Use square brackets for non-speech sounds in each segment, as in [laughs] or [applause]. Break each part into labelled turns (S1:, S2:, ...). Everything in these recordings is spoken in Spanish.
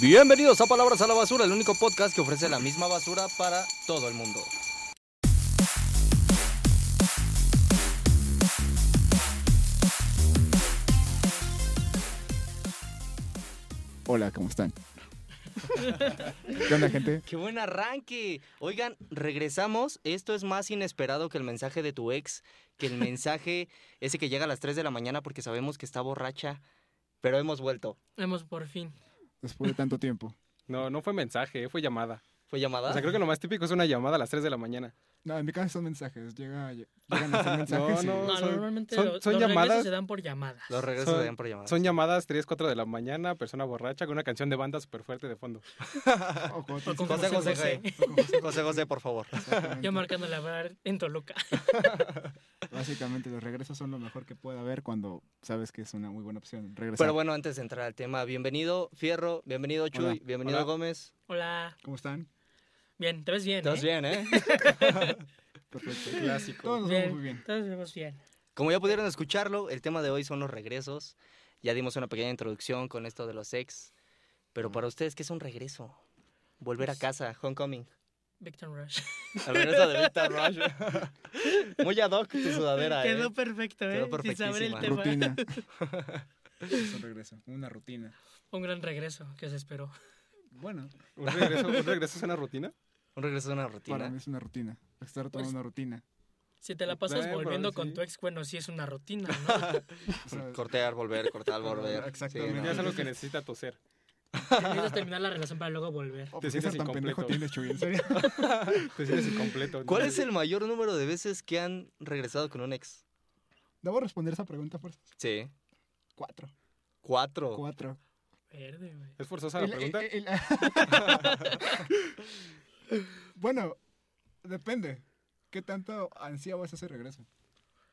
S1: Bienvenidos a Palabras a la Basura, el único podcast que ofrece la misma basura para todo el mundo.
S2: Hola, ¿cómo están? ¿Qué onda, gente?
S1: ¡Qué buen arranque! Oigan, regresamos. Esto es más inesperado que el mensaje de tu ex, que [laughs] el mensaje ese que llega a las 3 de la mañana porque sabemos que está borracha, pero hemos vuelto.
S3: Hemos por fin.
S2: Después de tanto tiempo.
S4: No, no fue mensaje, fue llamada.
S1: ¿Fue llamada?
S4: O sea, creo que lo más típico es una llamada a las 3 de la mañana.
S2: No, en mi casa son mensajes. Llega, llegan a hacer mensajes.
S4: No,
S2: y-
S3: No,
S4: son-
S3: normalmente
S4: son-
S3: lo-
S4: son
S3: los
S4: llamadas-
S3: regresos se dan por llamadas.
S1: Los regresos
S4: Son-
S1: se dan por llamada.
S4: Son llamadas 3, 4 de la mañana, persona borracha con una canción de banda súper fuerte de fondo.
S2: o cuando
S3: O
S2: te dicen-
S3: con
S1: José, José,
S3: José.
S1: José, José, José, por favor.
S2: Exactamente.
S3: Yo marcándole a hablar en Toluca. [laughs]
S2: Básicamente, los regresos son lo mejor que puede haber cuando sabes que es una muy buena opción. Regresar.
S1: Pero bueno, antes de entrar al tema, bienvenido Fierro, bienvenido Chuy,
S2: Hola.
S1: bienvenido
S4: Hola.
S1: Gómez.
S3: Hola.
S2: ¿Cómo están?
S3: Bien, te ves bien.
S1: ¿Estás
S3: ¿eh?
S1: bien, eh?
S2: Perfecto. Todos
S4: Clásico.
S2: nos vemos muy bien.
S3: Todos vemos bien.
S1: Como ya pudieron escucharlo, el tema de hoy son los regresos. Ya dimos una pequeña introducción con esto de los ex. Pero para ustedes, ¿qué es un regreso? Volver a
S4: Pues
S1: casa,
S4: [laughs]
S1: homecoming.
S3: Victor Rush.
S1: Al regreso de Victor Rush. [laughs] Muy ad hoc tu sudadera, ¿eh?
S3: [laughs] Quedó perfecto, ¿eh?
S1: Quedó
S3: Sin saber el tema.
S1: perfectísima.
S2: Rutina. [laughs] es un regreso. Una rutina.
S3: Un gran regreso que se esperó.
S2: Bueno,
S1: [laughs]
S4: ¿Un regreso, ¿Un regreso es una rutina?
S1: Un regreso de una
S2: para
S1: rutina.
S2: mí es una rutina. Estar tomando
S3: Pues-
S2: una rutina.
S3: Si te la pasas
S4: Bueno,
S3: volviendo
S4: sí.
S3: con tu ex, bueno, sí es una rutina, ¿no?
S2: O sea, oh,
S1: Cortear, volver, cortar, volver.
S2: Exactamente.
S1: Sí,
S4: Ya
S1: no.
S4: es algo
S1: [laughs]
S4: que necesita toser.
S3: Necesitas terminar la relación para luego
S2: oh,
S3: volver.
S4: te
S2: ¿por qué
S4: sientes
S2: ser tan pendejo tienes,
S4: incompleto.
S2: Chuy? ¿En serio? [laughs]
S4: Te sientes incompleto.
S1: ¿Cuál es el mayor número de veces que han regresado con un ex?
S2: Debo responder esa pregunta, por
S1: Sí.
S2: Cuatro.
S1: Cuatro.
S2: Cuatro.
S3: Verde, güey.
S4: ¿Es forzosa la
S1: eh,
S2: El- el- eh,
S4: pregunta?
S2: el- [laughs] bueno, depende. ¿Qué tanto ansiabas ese regreso?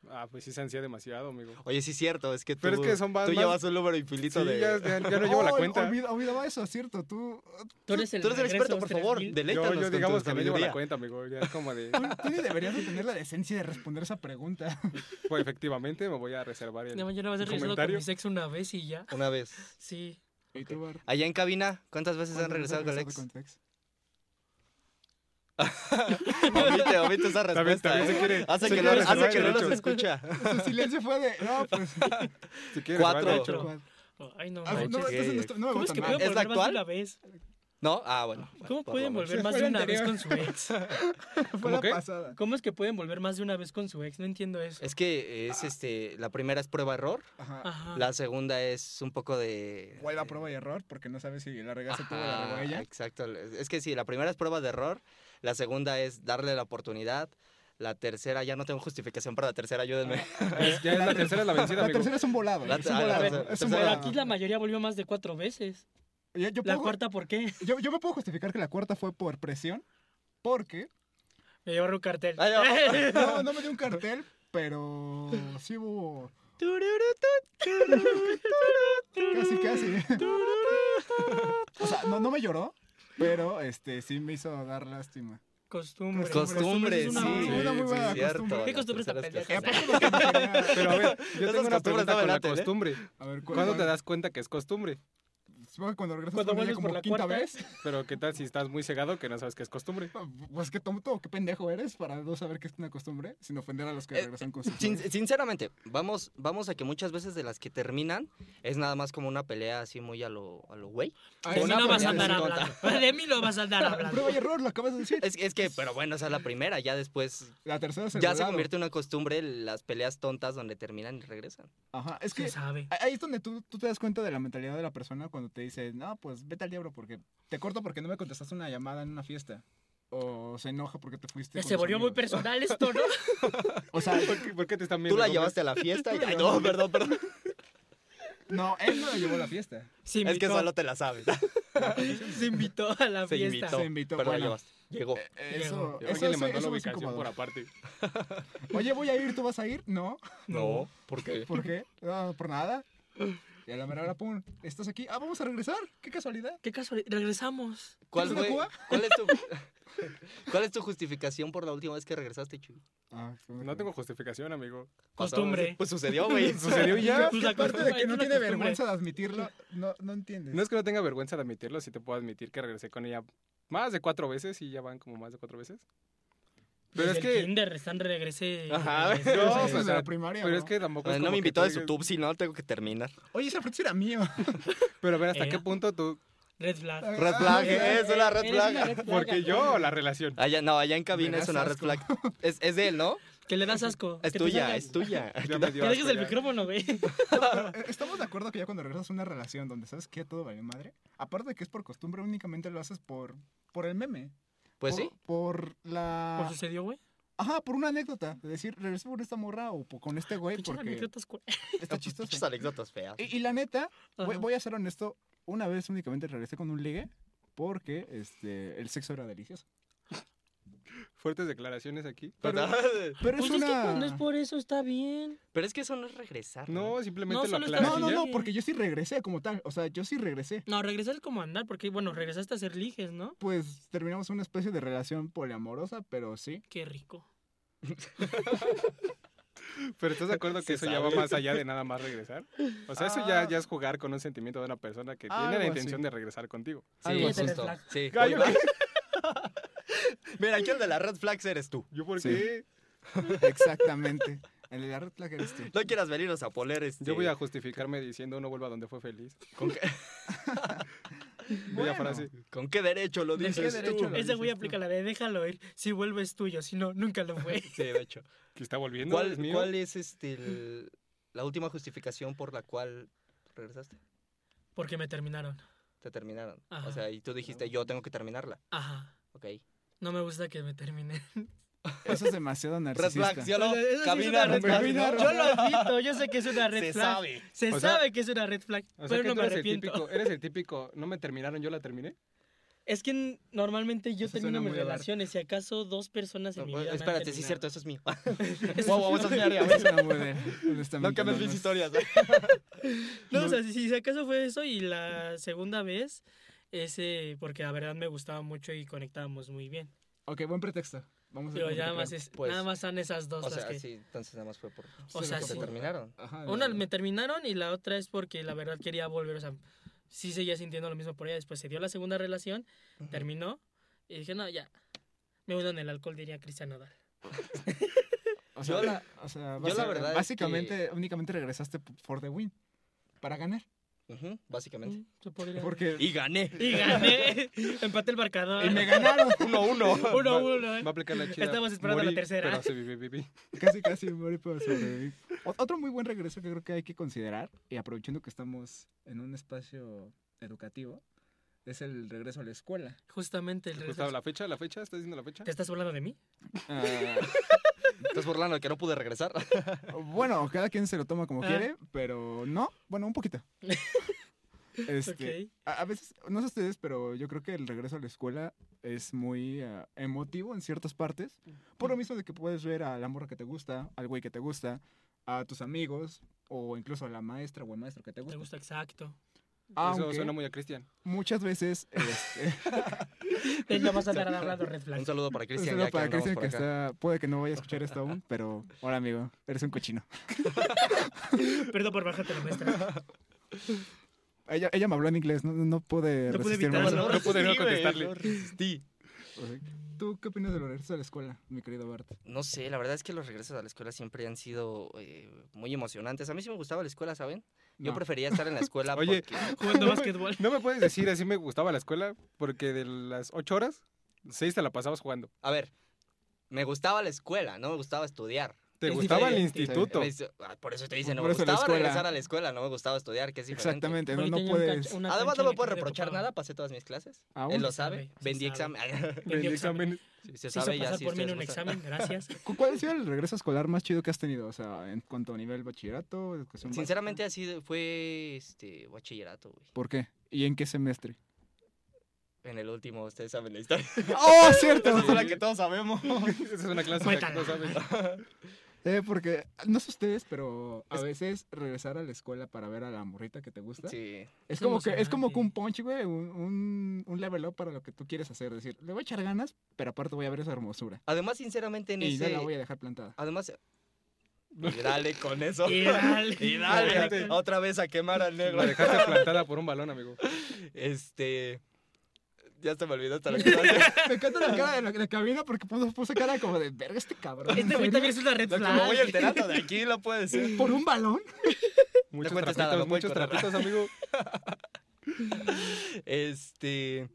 S4: Ah, pues sí se ansía demasiado, amigo.
S1: Oye, sí es cierto, es que tú,
S4: Pero es que son más-
S1: tú
S4: más-
S1: llevas un número infinito
S4: Sí,
S1: de...
S4: ya, ya- ya no llevo la
S2: Oh,
S4: cuenta.
S2: olvida- olvidaba eso, cierto. Tú,
S3: Tú eres el,
S1: Tú eres el
S3: regreso,
S1: experto, por favor,
S3: 3000.
S1: deléctanos
S4: Yo, yo
S1: con tu
S4: digamos que no llevo
S1: sabiduría.
S4: la cuenta, amigo. Ya es como
S1: [laughs]
S4: de...
S2: tú, tú ni deberías de tener la decencia de responder esa pregunta.
S4: Pues efectivamente me voy a reservar el...
S3: No, yo no vas a
S4: ¿Un
S3: regresado con
S4: comentario?
S3: mi ex una vez y ya.
S1: Una vez.
S3: Sí.
S2: [laughs] ¿Y tú, Bar?
S1: Allá en cabina, ¿cuántas veces han
S2: ¿Cuántas veces
S1: regresado
S2: has
S1: con el ex?
S2: regresado con tu ex?
S1: [laughs] Omite, omite esa
S4: También-
S1: respuesta.
S4: también
S1: ¿eh?
S4: se quiere-
S1: Hace
S4: se
S1: que, no,
S4: quiere
S1: hace
S4: reservar
S1: que
S4: el
S1: no los
S4: derecho.
S1: escucha. [laughs]
S2: Su silencio fue de. No, pues.
S4: Si quieres, vale,
S1: Cuatro.
S4: de hecho.
S3: Cuatro. Ay, no.
S2: ah, no,
S3: manches.
S1: ok.
S2: entonces no, estoy- no me
S3: ¿Cómo
S2: voy tan
S3: es que
S2: mal.
S3: pueden
S1: ¿Es la
S3: volver más de
S1: actual?
S3: una vez?
S1: ¿no, ah, bueno.
S3: ¿Cómo
S1: por
S3: pueden
S1: favor.
S3: volver más
S2: fue
S3: de
S2: el
S3: una vez
S2: anterior.
S3: con [laughs] su ex?
S2: Fue
S4: ¿Cómo
S2: la
S4: qué?
S2: pasada.
S3: ¿Cómo es que pueden volver más de una vez con su ex? No entiendo eso.
S1: Es que es este, la primera es prueba error,
S2: Ajá.
S3: Ajá.
S1: la segunda es un poco de
S2: Vuelva a prueba y error porque no sabes si la regaste tú o la regó
S1: Ajá,
S2: ella.
S1: Exacto, es que sí, la primera es prueba de error, la segunda es darle la oportunidad, la tercera ya no tengo justificación para la tercera, ayúdenme.
S4: Es- ya es la tercera es la vencida,
S2: La ah,
S4: amigo.
S2: tercera es un volado.
S1: La
S2: Es un
S1: ter-
S3: a
S2: volado.
S3: ver,
S2: Es un
S1: tercera-
S3: Pero
S2: volado.
S3: aquí la mayoría volvió más de cuatro veces.
S2: Yo- yo
S3: La
S2: puedo-
S3: cuarta, ¿por qué?
S2: Yo, yo me puedo justificar que la cuarta fue por presión, porque
S3: Me llevaron un cartel.
S1: [laughs] Ay,
S3: [laughs]
S1: no.
S2: no, no me dio un cartel, pero sí hubo casi, casi. O sea, no, no me lloró, pero este sí me hizo dar lástima.
S3: Costumbre.
S1: Costumbres,
S3: Es
S1: sí,
S3: una
S2: muy buena, muy
S1: sí,
S2: buena
S1: es cierto,
S2: costumbre.
S1: la
S3: ¿Qué costumbre tan
S1: tercera es
S2: Y
S1: que
S3: pendeja?
S1: sí.
S2: aparte porque me quería-
S4: Pero a ver, yo
S1: Esas
S4: tengo una
S1: costumbres
S4: pregunta
S1: no me
S4: con la
S1: laten, ¿eh?
S4: costumbre.
S2: A ver, cu-
S4: ¿Cuándo te das cuenta que es costumbre?
S2: Supongo que cuando regresas
S3: Cuando
S2: con ella
S3: vuelves
S2: como
S3: por la
S2: quinta
S3: cuarta
S2: vez,
S4: Pero ¿qué tal si estás muy cegado que no sabes que es costumbre?
S2: [laughs] pues qué tonto, qué pendejo eres para no saber que es una costumbre, sin ofender a los que
S1: Eh,
S2: regresan con sus
S1: Sin- sinceramente, vamos, vamos a que muchas veces de las que terminan es nada más como una pelea así muy a lo, a lo güey.
S2: Ay,
S3: De mí
S1: Una
S3: no vas a
S1: pelea
S3: andar
S1: sin
S3: hablando. [laughs] De mí no vas a andar
S2: Prueba
S3: hablando.
S2: y error, lo acabas de decir.
S1: Es, es que, pero bueno, esa es la primera, ya
S2: [laughs]
S1: después
S2: La tercera es el
S1: ya se
S2: volado.
S1: convierte en una costumbre las peleas tontas donde terminan y regresan.
S2: Ajá, es que
S3: Se sabe.
S2: Ahí es donde tú, tú te das cuenta de la mentalidad de la persona cuando te dice, no, pues vete al diablo porque te corto porque no me contestaste una llamada en una fiesta. O se enoja porque te fuiste. con
S3: Se
S2: tus
S3: volvió muy
S2: amigos.
S3: personal esto, ¿no?
S2: O sea,
S4: [laughs] ¿Por qué, por qué te están viendo?
S1: Tú la
S4: Gómez?
S1: llevaste a la fiesta
S2: [laughs]
S1: y... Ay, no, perdón, perdón.
S2: no, él no la llevó a la
S3: [laughs]
S2: fiesta.
S3: Se
S1: Es que
S3: invitó,
S1: solo te la sabes.
S3: se invitó a
S1: [laughs]
S3: la
S1: Se
S3: fiesta.
S1: invitó,
S2: Se invitó,
S1: pero la
S2: bueno. Eh,
S1: llevaste. Llegó.
S2: Eso,
S4: Y
S2: eso,
S4: alguien le
S2: eso- eso
S4: mandó la
S2: me hace
S4: ubicación por
S2: incomodador.
S4: aparte.
S2: Oye, voy a ir, ¿tú vas a ir? No. [laughs]
S1: No, ¿por qué?
S2: ¿Por qué? Ah, ¿Por nada? Y a la mera hora, pum, estás aquí. Ah, vamos a regresar. Qué casualidad.
S3: Qué casualidad. Regresamos.
S1: ¿Cuál,
S2: ¿Tienes
S1: fue-
S2: una
S1: cuál es
S2: [laughs]
S1: tu, [laughs] cuál es tu justificación por la última vez que regresaste, Chuy?
S2: Ah, fue una- [laughs]
S4: No tengo justificación, amigo.
S1: Pasó-
S3: Costumbre.
S1: Pues sucedió, güey.
S4: Sucedió ya.
S3: Pues
S2: Que
S3: la
S2: aparte de
S3: costumbre,
S2: que no
S3: es una
S2: tiene
S3: costumbre.
S2: vergüenza de admitirlo, no, no entiendes.
S4: No es que no tenga vergüenza de admitirlo, sí te puedo admitir que regresé con ella más de cuatro veces y ya van como más de cuatro veces. Pero
S3: Desde
S4: es
S3: el
S4: que.
S3: Kinder, están regrese.
S1: Ajá,
S3: regrese,
S4: no,
S3: regrese.
S2: Eso es pues, de la
S4: o sea,
S2: primaria.
S4: Pero
S2: [laughs] ¿no?
S4: es que tampoco.
S1: O sea,
S4: es
S1: no
S4: como
S1: me
S4: que
S1: invitó
S4: tú
S1: de su
S4: digas-
S1: tub, si no, tengo que terminar.
S2: Oye, ese fruto era mío.
S4: Pero a ver, ¿hasta
S3: ¿Eh?
S4: qué punto tú?
S3: Red flag.
S1: Red
S2: [laughs]
S1: flag,
S2: Ah,
S1: es una red
S3: Eres una
S1: [laughs] flag.
S3: red flag,
S4: Porque yo
S3: Antonio.
S4: o la relación.
S1: Allá, no, allá en cabina
S2: Me
S1: es una
S2: das
S1: red
S2: asco.
S1: flag. Es, es de él, ¿no?
S3: Que le das asco.
S1: Es
S3: que te
S1: tuya,
S3: salgas.
S1: es tuya.
S4: Ya me
S3: Que
S4: dio
S3: dejes
S4: asco
S3: el
S4: ya.
S3: micrófono, güey.
S2: Eh, Estamos de acuerdo que ya cuando regresas a una relación donde sabes que ya todo vale madre, aparte de que es por costumbre, únicamente lo haces por, por el meme.
S1: Pues
S2: por,
S1: sí.
S2: Por la.
S3: Pues sucedió, güey.
S2: Ajá, por una anécdota. De decir, regresé por esta morra o po- con este güey
S3: Pinches
S2: porque
S3: anécdotas, güey.
S2: está
S1: Muchas
S2: chistoso.
S1: anécdotas feas.
S2: Y, y la neta, voy,
S3: Ajá.
S2: voy a ser honesto, una vez únicamente regresé con un ligue porque este, el sexo era delicioso.
S4: Fuertes declaraciones aquí.
S1: Pero,
S2: Pero
S3: Pues
S2: es una.
S3: es que cuando es por eso está bien.
S1: [laughs] pero es que eso no es regresar.
S4: No, simplemente
S3: No,
S4: lo
S3: solo está-
S2: No,
S4: aclaras. y
S2: no,
S4: ya.
S2: no, porque yo sí regresé como tal. O sea, yo sí regresé.
S3: No, regresas como a andar, porque bueno, regresaste a hacer liges, ¿no?
S2: Pues terminamos una especie de relación poliamorosa, pero sí.
S3: Qué rico.
S4: Pero estás de acuerdo
S1: Se
S4: que eso ya va
S1: sabe.
S4: más allá de nada más regresar. O sea, eso ya,
S2: Ah.
S4: ya es jugar con un sentimiento de una persona que tiene
S2: Algo
S4: la intención
S2: así.
S4: de regresar contigo.
S1: Sí,
S2: Algo
S3: así.
S1: justo. Sí.
S4: Gallo.
S1: Oye, va. Mira, aquí el de la red flags eres tú.
S4: ¿Yo por
S2: Sí.
S4: qué?
S2: Exactamente. El de la red flag eres tú.
S1: No quieras venirnos a poner este.
S4: Yo voy a justificarme diciendo no vuelva donde fue feliz.
S1: ¿Con qué,
S4: Bella
S2: Bueno,
S4: frase.
S1: con qué derecho lo
S2: ¿De qué
S1: dices
S2: derecho
S1: tú?
S2: lo-
S3: Ese güey
S2: dices tú.
S3: aplica la de déjalo ir. Si vuelve es tuyo, si no, nunca lo fue.
S1: Sí,
S3: [laughs]
S1: de hecho.
S4: Que está volviendo.
S1: ¿Cuál,
S4: es mío.
S1: cuál es este el- la última justificación por la cual regresaste?
S3: Porque me terminaron.
S1: Te terminaron. O
S3: Ajá.
S1: sea, y tú dijiste, yo tengo que terminarla.
S3: Ajá.
S1: Ok.
S3: No me gusta que me terminen.
S2: Eso es demasiado
S1: Red flag, ¿sí
S2: narcisista.
S1: o no?
S3: O sea, eso sí es una
S1: Cabina,
S3: red
S1: red
S3: flag.
S1: flag.
S2: Cabina,
S3: Yo lo admito, yo sé que es una red
S1: Se
S3: flag.
S1: sabe.
S3: Se
S4: O sea-
S3: sabe que es una red flag,
S4: O sea
S3: pero
S4: que
S3: no
S4: tú
S3: me
S4: eres el
S3: arrepiento.
S4: típico- eres el típico, no me terminaron, yo la terminé.
S3: Es que n- normalmente yo
S2: Eso suena
S3: termino mis
S2: muy avaro.
S3: relaciones, si acaso dos personas en
S1: No,
S3: mi
S1: pues,
S3: vida. me han
S1: espérate, sí es cierto,
S3: terminado.
S1: eso es mío. Wow, vamos a
S2: A
S1: hacer
S2: mí se me mueve, honestamente,
S1: [laughs] No cambies
S2: no,
S1: mis
S2: no.
S1: historias.
S3: No, o sea, si, si acaso fue eso y la segunda vez, ese, porque la verdad me gustaba mucho y conectábamos muy bien.
S2: Ok, buen pretexto. Vamos a
S3: Pero
S2: ver
S3: ya
S2: cómo
S3: más,
S2: te
S3: es-
S1: Pues,
S3: nada más son esas dos
S1: O
S3: las
S1: sea,
S3: que...
S1: sí, entonces nada más fue por...
S2: creo.
S3: o sea,
S2: lo que
S1: Se
S3: sí.
S2: fue.
S1: terminaron.
S2: Ajá,
S3: Una
S2: la-
S3: me terminaron y la otra es porque la verdad quería volver, o sea, sí seguía sintiendo lo mismo por ella. Después se dio la segunda relación, terminó y dije, no, ya, me uno en el alcohol, diría Cristian Nodal.
S2: O sea,
S1: Yo la-
S2: o sea,
S1: yo la
S2: básica-
S1: verdad es
S2: Básicamente, únicamente regresaste p- for the win. Para ganar.
S1: Ujú, básicamente.
S3: Mm, se podría-
S2: Porque.
S1: Y gané.
S3: Y gané, [laughs] empaté el marcador.
S2: y me ganaron. [laughs]
S1: Uno, uno.
S3: Uno a
S4: [laughs] Va-
S3: uno, eh.
S4: Va a aplicar la chida.
S3: Estamos esperando la
S4: Morí,
S3: tercera.
S4: Pero se
S3: [laughs]
S4: viví, viví.
S2: Casi, casi morí por sobrevivir. Ot- Otro muy buen regreso que creo que hay que considerar, y aprovechando que estamos en un espacio educativo, es el regreso a la escuela.
S3: Justamente el
S4: Gustavo, la fecha, la fecha, ¿estás diciendo la fecha?
S3: ¿Te estás burlando de mí?
S2: Ah,
S1: Estás burlando de que no pude regresar.
S2: bueno, cada quien se lo toma como
S3: Ah.
S2: quiere, pero no, bueno, un
S3: [laughs]
S2: poquito. Este,
S3: Ok.
S2: a, a veces, no sé ustedes, pero yo creo que el regreso a la escuela es muy ah, emotivo en ciertas partes, por lo mismo de que puedes ver a la morra que te gusta, al güey que te gusta, a tus amigos, o incluso a la maestra o el maestro que te
S3: Te
S2: gusta.
S3: gusta exacto.
S1: Ah,
S4: Eso
S2: Aunque-
S4: suena muy a Cristian.
S1: [laughs]
S2: Muchas veces. este,
S3: No vas a andar hablando red flag.
S1: Un saludo para
S2: un
S1: Cristian.
S2: saludo
S1: ya
S2: para
S1: andamos
S2: Cristian
S1: por
S2: que
S1: acá.
S2: está. Puede que no vaya a escuchar esto aún, pero. Hola, amigo. Eres un cochino.
S3: Perdón por bajarte la muestra.
S2: Ella, ella me habló en inglés, no, no pude
S3: No pude
S2: resistirme.
S3: evitarlo.
S1: No,
S4: No pude no
S1: resistí, güey,
S4: contestarle.
S1: no resistí.
S2: ¿Tú qué opinas de los regresos a la escuela, mi querido Bart?
S1: No sé, la verdad es que los regresos a la escuela siempre han sido eh, muy emocionantes. A mí sí me gustaba la escuela, ¿saben? Yo
S2: No.
S1: prefería estar en la escuela
S4: Oye.
S1: porque...
S3: Jugando básquetbol.
S4: No me puedes decir, así me gustaba la escuela, porque de las ocho horas, seis te la pasabas jugando.
S1: A ver, me gustaba la escuela, no me gustaba estudiar.
S4: Te
S3: Es
S4: gustaba el
S3: diferente.
S4: instituto.
S1: Me dice- ah, Por eso te dicen, no
S2: Por
S1: me
S2: eso la
S1: gustaba
S2: escuela.
S1: regresar a la escuela, no me gustaba estudiar, que es diferente.
S2: Exactamente, no,
S3: Porque
S2: no
S3: tenía un
S2: puedes.
S3: cancha- una
S1: Además,
S3: cancha
S1: no
S3: en la
S1: me
S3: que
S1: puede
S3: te
S1: reprochar
S3: tocaba.
S1: nada, pasé todas mis clases.
S2: Aún.
S1: Él lo
S3: Se
S1: sabe,
S3: sabe, se
S1: vendí
S3: sabe.
S1: examen. [laughs]
S4: Vendí
S3: Vendí examen.
S4: [laughs] exámenes.
S1: Sí, se
S3: Se
S1: sabe,
S3: hizo
S1: ya
S3: pasar
S1: sí
S3: por mí en
S1: ustedes
S3: un
S1: gustan.
S3: examen, gracias.
S2: ¿Cu- ¿Cuál ha sido el regreso escolar más chido que has tenido? O sea, en cuanto a nivel bachillerato, educación básica.
S1: Sinceramente, así de- fue este bachillerato, güey.
S2: ¿Por qué? ¿Y en
S1: [laughs]
S2: qué semestre?
S1: En el último, ustedes saben la historia.
S2: ¡Oh, cierto!
S1: Esa es la que todos sabemos.
S4: Esa es una clase que
S3: Cuéntala.
S4: no sabes.
S2: [laughs] Eh, porque, no sé ustedes, pero a veces regresar a la escuela para ver a la morrita que te gusta
S1: Sí.
S2: es,
S3: Es
S2: como que, es como que un
S3: emocionante.
S2: punch, güey, un, un, un level up para lo que tú quieres hacer. Es decir, le voy a echar ganas, pero aparte voy a ver esa hermosura.
S1: Además, sinceramente, en
S2: Y no
S1: ese.
S2: la voy a dejar plantada. [laughs]
S1: Además. Y dale con eso.
S3: Y dale. Este
S1: Y [laughs] dale. Otra vez a quemar al negro.
S4: La dejaste plantada por un balón, amigo.
S1: Este. Ya se me olvidó
S3: [laughs]
S1: hasta lo que iba a decir.
S2: Me encanta la cara de la, la cabina porque puso, puso cara como de, verga, este cabrón.
S3: Este güey
S2: ¿en
S3: también es una red
S1: Lo que
S3: flag.
S1: me voy enterando de aquí lo puede decir.
S2: serio? ¿Por un balón?
S4: Muchos
S1: cuentes
S4: trapitos,
S1: nada, no puedes
S4: muchos
S1: cortar.
S4: trapitos,
S1: [laughs]
S4: amigo.
S1: Este.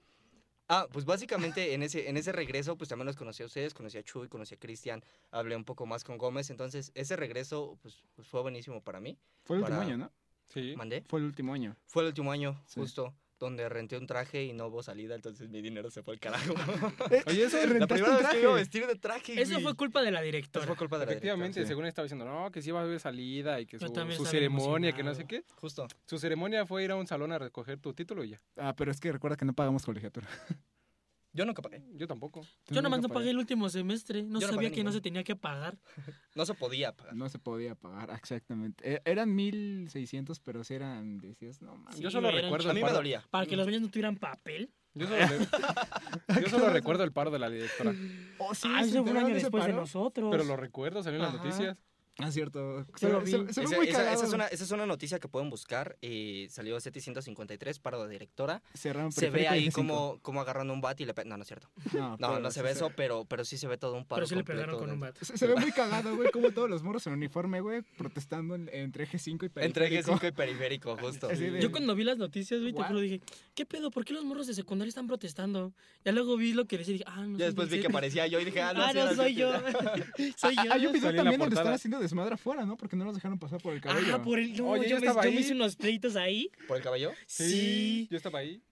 S1: Ah, pues básicamente en ese, en ese regreso, pues también los conocí a ustedes, conocí a Chuy, conocí a Cristian, hablé un poco más con Gómez, entonces ese regreso pues, pues, fue buenísimo para mí.
S2: Fue el último
S1: Para-
S2: año, ¿no?
S4: Sí.
S1: Mandé.
S2: Fue el último año.
S1: Fue el último año,
S2: Sí.
S1: justo, donde renté un traje y no hubo salida, entonces mi dinero se fue al carajo.
S2: Oye, eso
S1: La primera
S2: rentaste un
S1: vez que iba a
S2: traje.
S1: vestir de traje.
S3: [laughs] Eso
S1: güey.
S3: fue culpa de la
S1: Eso
S3: directora.
S1: fue culpa de la
S4: Efectivamente,
S1: directora,
S4: según estaba diciendo, no, que sí va a haber salida y que
S3: Yo
S4: su,
S3: también
S4: su
S3: estaba
S4: ceremonia, que no sé
S3: emocionado.
S4: qué.
S1: sí. Justo.
S4: Su ceremonia fue ir a un salón a recoger tu título y ya.
S2: Ah, pero es que recuerda que no pagamos colegiatura.
S1: Yo nunca pagué.
S4: Yo tampoco.
S3: Yo nomás no
S2: Nunca
S3: pagué el último semestre. No
S1: Yo no
S3: sabía
S1: pagué
S3: que no
S1: ninguno.
S3: se tenía que pagar.
S1: No se podía pagar.
S2: No se podía pagar, exactamente. E- eran 1600, pero si eran, decías, no mames.
S3: Sí,
S4: yo solo
S3: eran
S1: A
S4: recuerdo el
S1: mí me
S4: paro-
S1: dolía.
S3: Para que los niños no tuvieran papel.
S4: Yo solo, le- yo solo
S1: [laughs]
S4: recuerdo el paro de la directora.
S2: Oh, sí,
S3: ah,
S2: ¿se
S3: eso fue un
S2: enteraron
S3: año
S2: ese
S3: después de
S2: paro?
S3: nosotros.
S4: Pero lo recuerdo, salió en las
S2: Ajá.
S4: noticias.
S2: Ah, cierto. Se,
S3: Yo lo
S2: se-
S3: vi.
S2: se ve
S1: Esa, esa-
S2: muy
S1: esa
S2: cagado.
S1: es una, esa es una noticia que pueden buscar. eh, salió 753, paro de directora.
S2: Cerraron
S1: Se ve
S2: Periférico y
S1: ahí
S2: G5.
S1: como, como agarrando un bat y le pe- No, no es cierto. No,
S2: pero
S1: no se
S2: sí
S1: ve eso, pero, pero sí se ve todo un paro.
S3: Pero sí le
S1: completo
S3: pegaron con un
S1: dentro.
S3: bat.
S2: Se, se ve muy cagado, güey, como todos los morros en uniforme, güey, protestando en- entre eje 5 y periférico.
S1: Entre eje 5 y periférico, justo.
S3: [laughs]
S2: Así de-
S3: Yo cuando vi las noticias, güey, te
S2: What?
S3: juro, dije, ¿qué pedo? ¿Por qué los morros de secundaria están protestando? Ya luego vi lo que decía y dije, ah, no
S1: Ya
S3: soy
S1: después vi que
S3: Vicente".
S1: aparecía yo y dije, ah, no,
S3: Ah,
S1: sí,
S3: no,
S1: era
S3: soy yo.
S1: Vicente.
S3: [laughs] soy yo.
S2: Ah, Hay un video
S4: Salí
S2: también
S4: en la
S2: donde están
S4: portada.
S2: haciendo desmadre afuera, ¿no? Porque no los dejaron pasar por el cabello.
S3: Ah, por el. No,
S4: Oye, yo
S3: yo, me,
S4: estaba
S3: yo me
S4: ahí.
S3: hice unos pleitos ahí.
S1: ¿Por el cabello?
S3: Sí.
S4: Yo estaba ahí.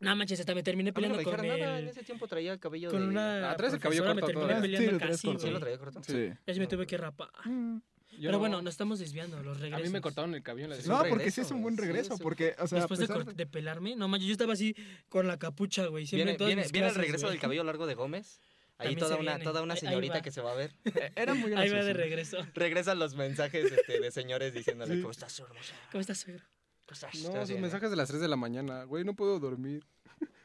S3: No manches, hasta me terminé
S1: A mí no
S3: peleando
S1: me
S3: con
S1: dijeron nada. En
S3: él.
S1: ese tiempo traía el cabello
S3: Con
S1: de...
S3: una.
S4: Ah, traes el cabello
S3: profesora, me
S4: corto
S3: terminé
S4: todavía.
S2: Sí,
S3: peleando
S2: lo traes
S3: casi,
S2: corto.
S1: ¿Sí lo
S3: güey.
S1: traía corto?
S2: Sí.
S3: Ya se me tuve que rapar.
S2: Mm.
S4: Yo
S3: Pero
S4: no-
S3: bueno, nos estamos desviando, los
S4: a
S3: regresos.
S4: mí me cortaron el cabello en la
S1: Sí,
S2: No,
S1: un
S4: directora.
S2: porque sí
S1: regreso,
S2: es un
S1: güey.
S2: buen
S1: Sí,
S2: regreso,
S1: es un-
S2: porque, o sea, pues,
S3: Después
S2: a
S3: de,
S2: pesar
S3: cort- de pelarme, no manches, yo estaba así con la capucha, güey. Siempre
S1: ¿Viene,
S3: en todas
S1: viene,
S3: mis
S1: viene el
S3: clases,
S1: regreso
S3: güey.
S1: del cabello largo de Gómez? Ahí
S3: También
S1: toda
S3: se
S1: una,
S3: viene.
S1: toda una
S3: Ahí- ahí
S1: señorita
S3: va.
S1: que se va a ver.
S2: Era muy
S3: [laughs] Ahí
S2: gracioso.
S3: va de regreso.
S1: Regresan los mensajes este, de señores diciéndole,
S4: Sí.
S1: ¿cómo estás, hermosa?
S3: ¿Cómo estás, suegro?
S1: ¿Cómo estás? Estás
S4: No, sus
S1: bien, ¿eh?
S4: mensajes de las 3 de la mañana. Güey, no puedo dormir.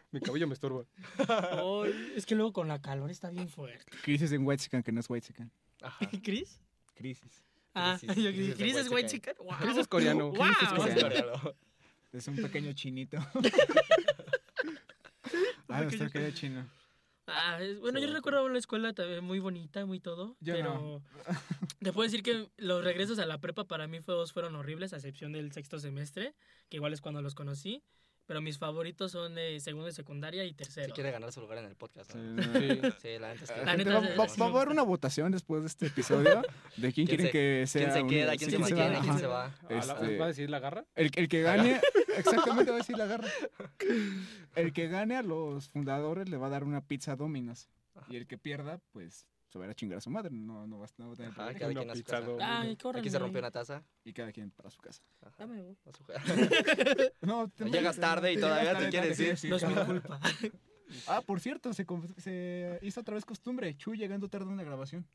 S4: Mi cabello me estorba.
S3: Ay, es que luego con la calor está bien fuerte.
S2: Crisis en Whitezican, que no es Whitezican.
S1: Ajá.
S3: [laughs] ¿Cris?
S2: Crisis.
S3: Ah,
S1: Crisis,
S3: yo
S1: crisis
S3: dije,
S1: de
S3: ¿Cris es
S1: white
S3: white chica? Wow.
S4: Chris es coreano.
S3: Wow.
S1: Vamos a
S2: Sí.
S1: corearlo.
S2: Es un
S1: [laughs]
S2: pequeño chinito. [laughs] ah,
S3: pequeño
S2: nuestro querido chino.
S3: Ah, es- bueno, yo
S1: Sí.
S3: recuerdo una escuela también muy bonita, muy todo,
S2: Yo
S3: pero
S2: no.
S3: [laughs] te puedo decir que los regresos a la prepa para mí fue- fueron horribles, a excepción del sexto semestre, que igual es cuando los conocí, pero mis favoritos son de segundo de secundaria y tercero.
S1: [laughs] Si quiere ganar su lugar en el podcast. ¿no?
S4: Sí.
S1: Sí, la neta es que...
S3: La
S2: Ah, Gente,
S3: neta,
S2: va,
S3: sí,
S2: va-
S3: sí
S2: va
S3: me
S2: a haber
S3: gusta.
S2: una votación después de este episodio de quién,
S1: ¿Quién
S2: quieren
S1: se-
S2: que
S1: ¿Quién
S2: sea.
S1: se
S2: un-
S1: queda? ¿Quién
S2: sí,
S1: se
S3: quién se
S1: mantiene?
S3: va,
S1: ¿Quién
S3: ajá.
S1: se va?
S4: A la-
S2: Este-
S4: ¿Va a decir la garra?
S2: El, el que gane, exactamente va a decir la garra. El que gane a los fundadores le va a dar una pizza Domino's. Y el que pierda, pues se va a ir a chingar a su madre. No, no va, no va a tener
S1: Ajá,
S2: problema.
S1: cada
S4: Una
S1: quien a su
S4: pizza,
S1: casa.
S4: dos.
S3: Ay, córranme.
S1: eh, Aquí se rompió una taza.
S2: Y cada quien para su casa.
S1: Ajá.
S3: Dame, güey.
S1: A su casa.
S2: No, te-
S1: Llegas tarde y
S2: te
S1: todavía
S2: llegas
S1: te quieres ir.
S3: No
S1: [laughs]
S3: es mi
S2: cabrón.
S3: culpa.
S2: Ah, por cierto, se, conf- se hizo otra vez costumbre. Chu llegando tarde a una grabación.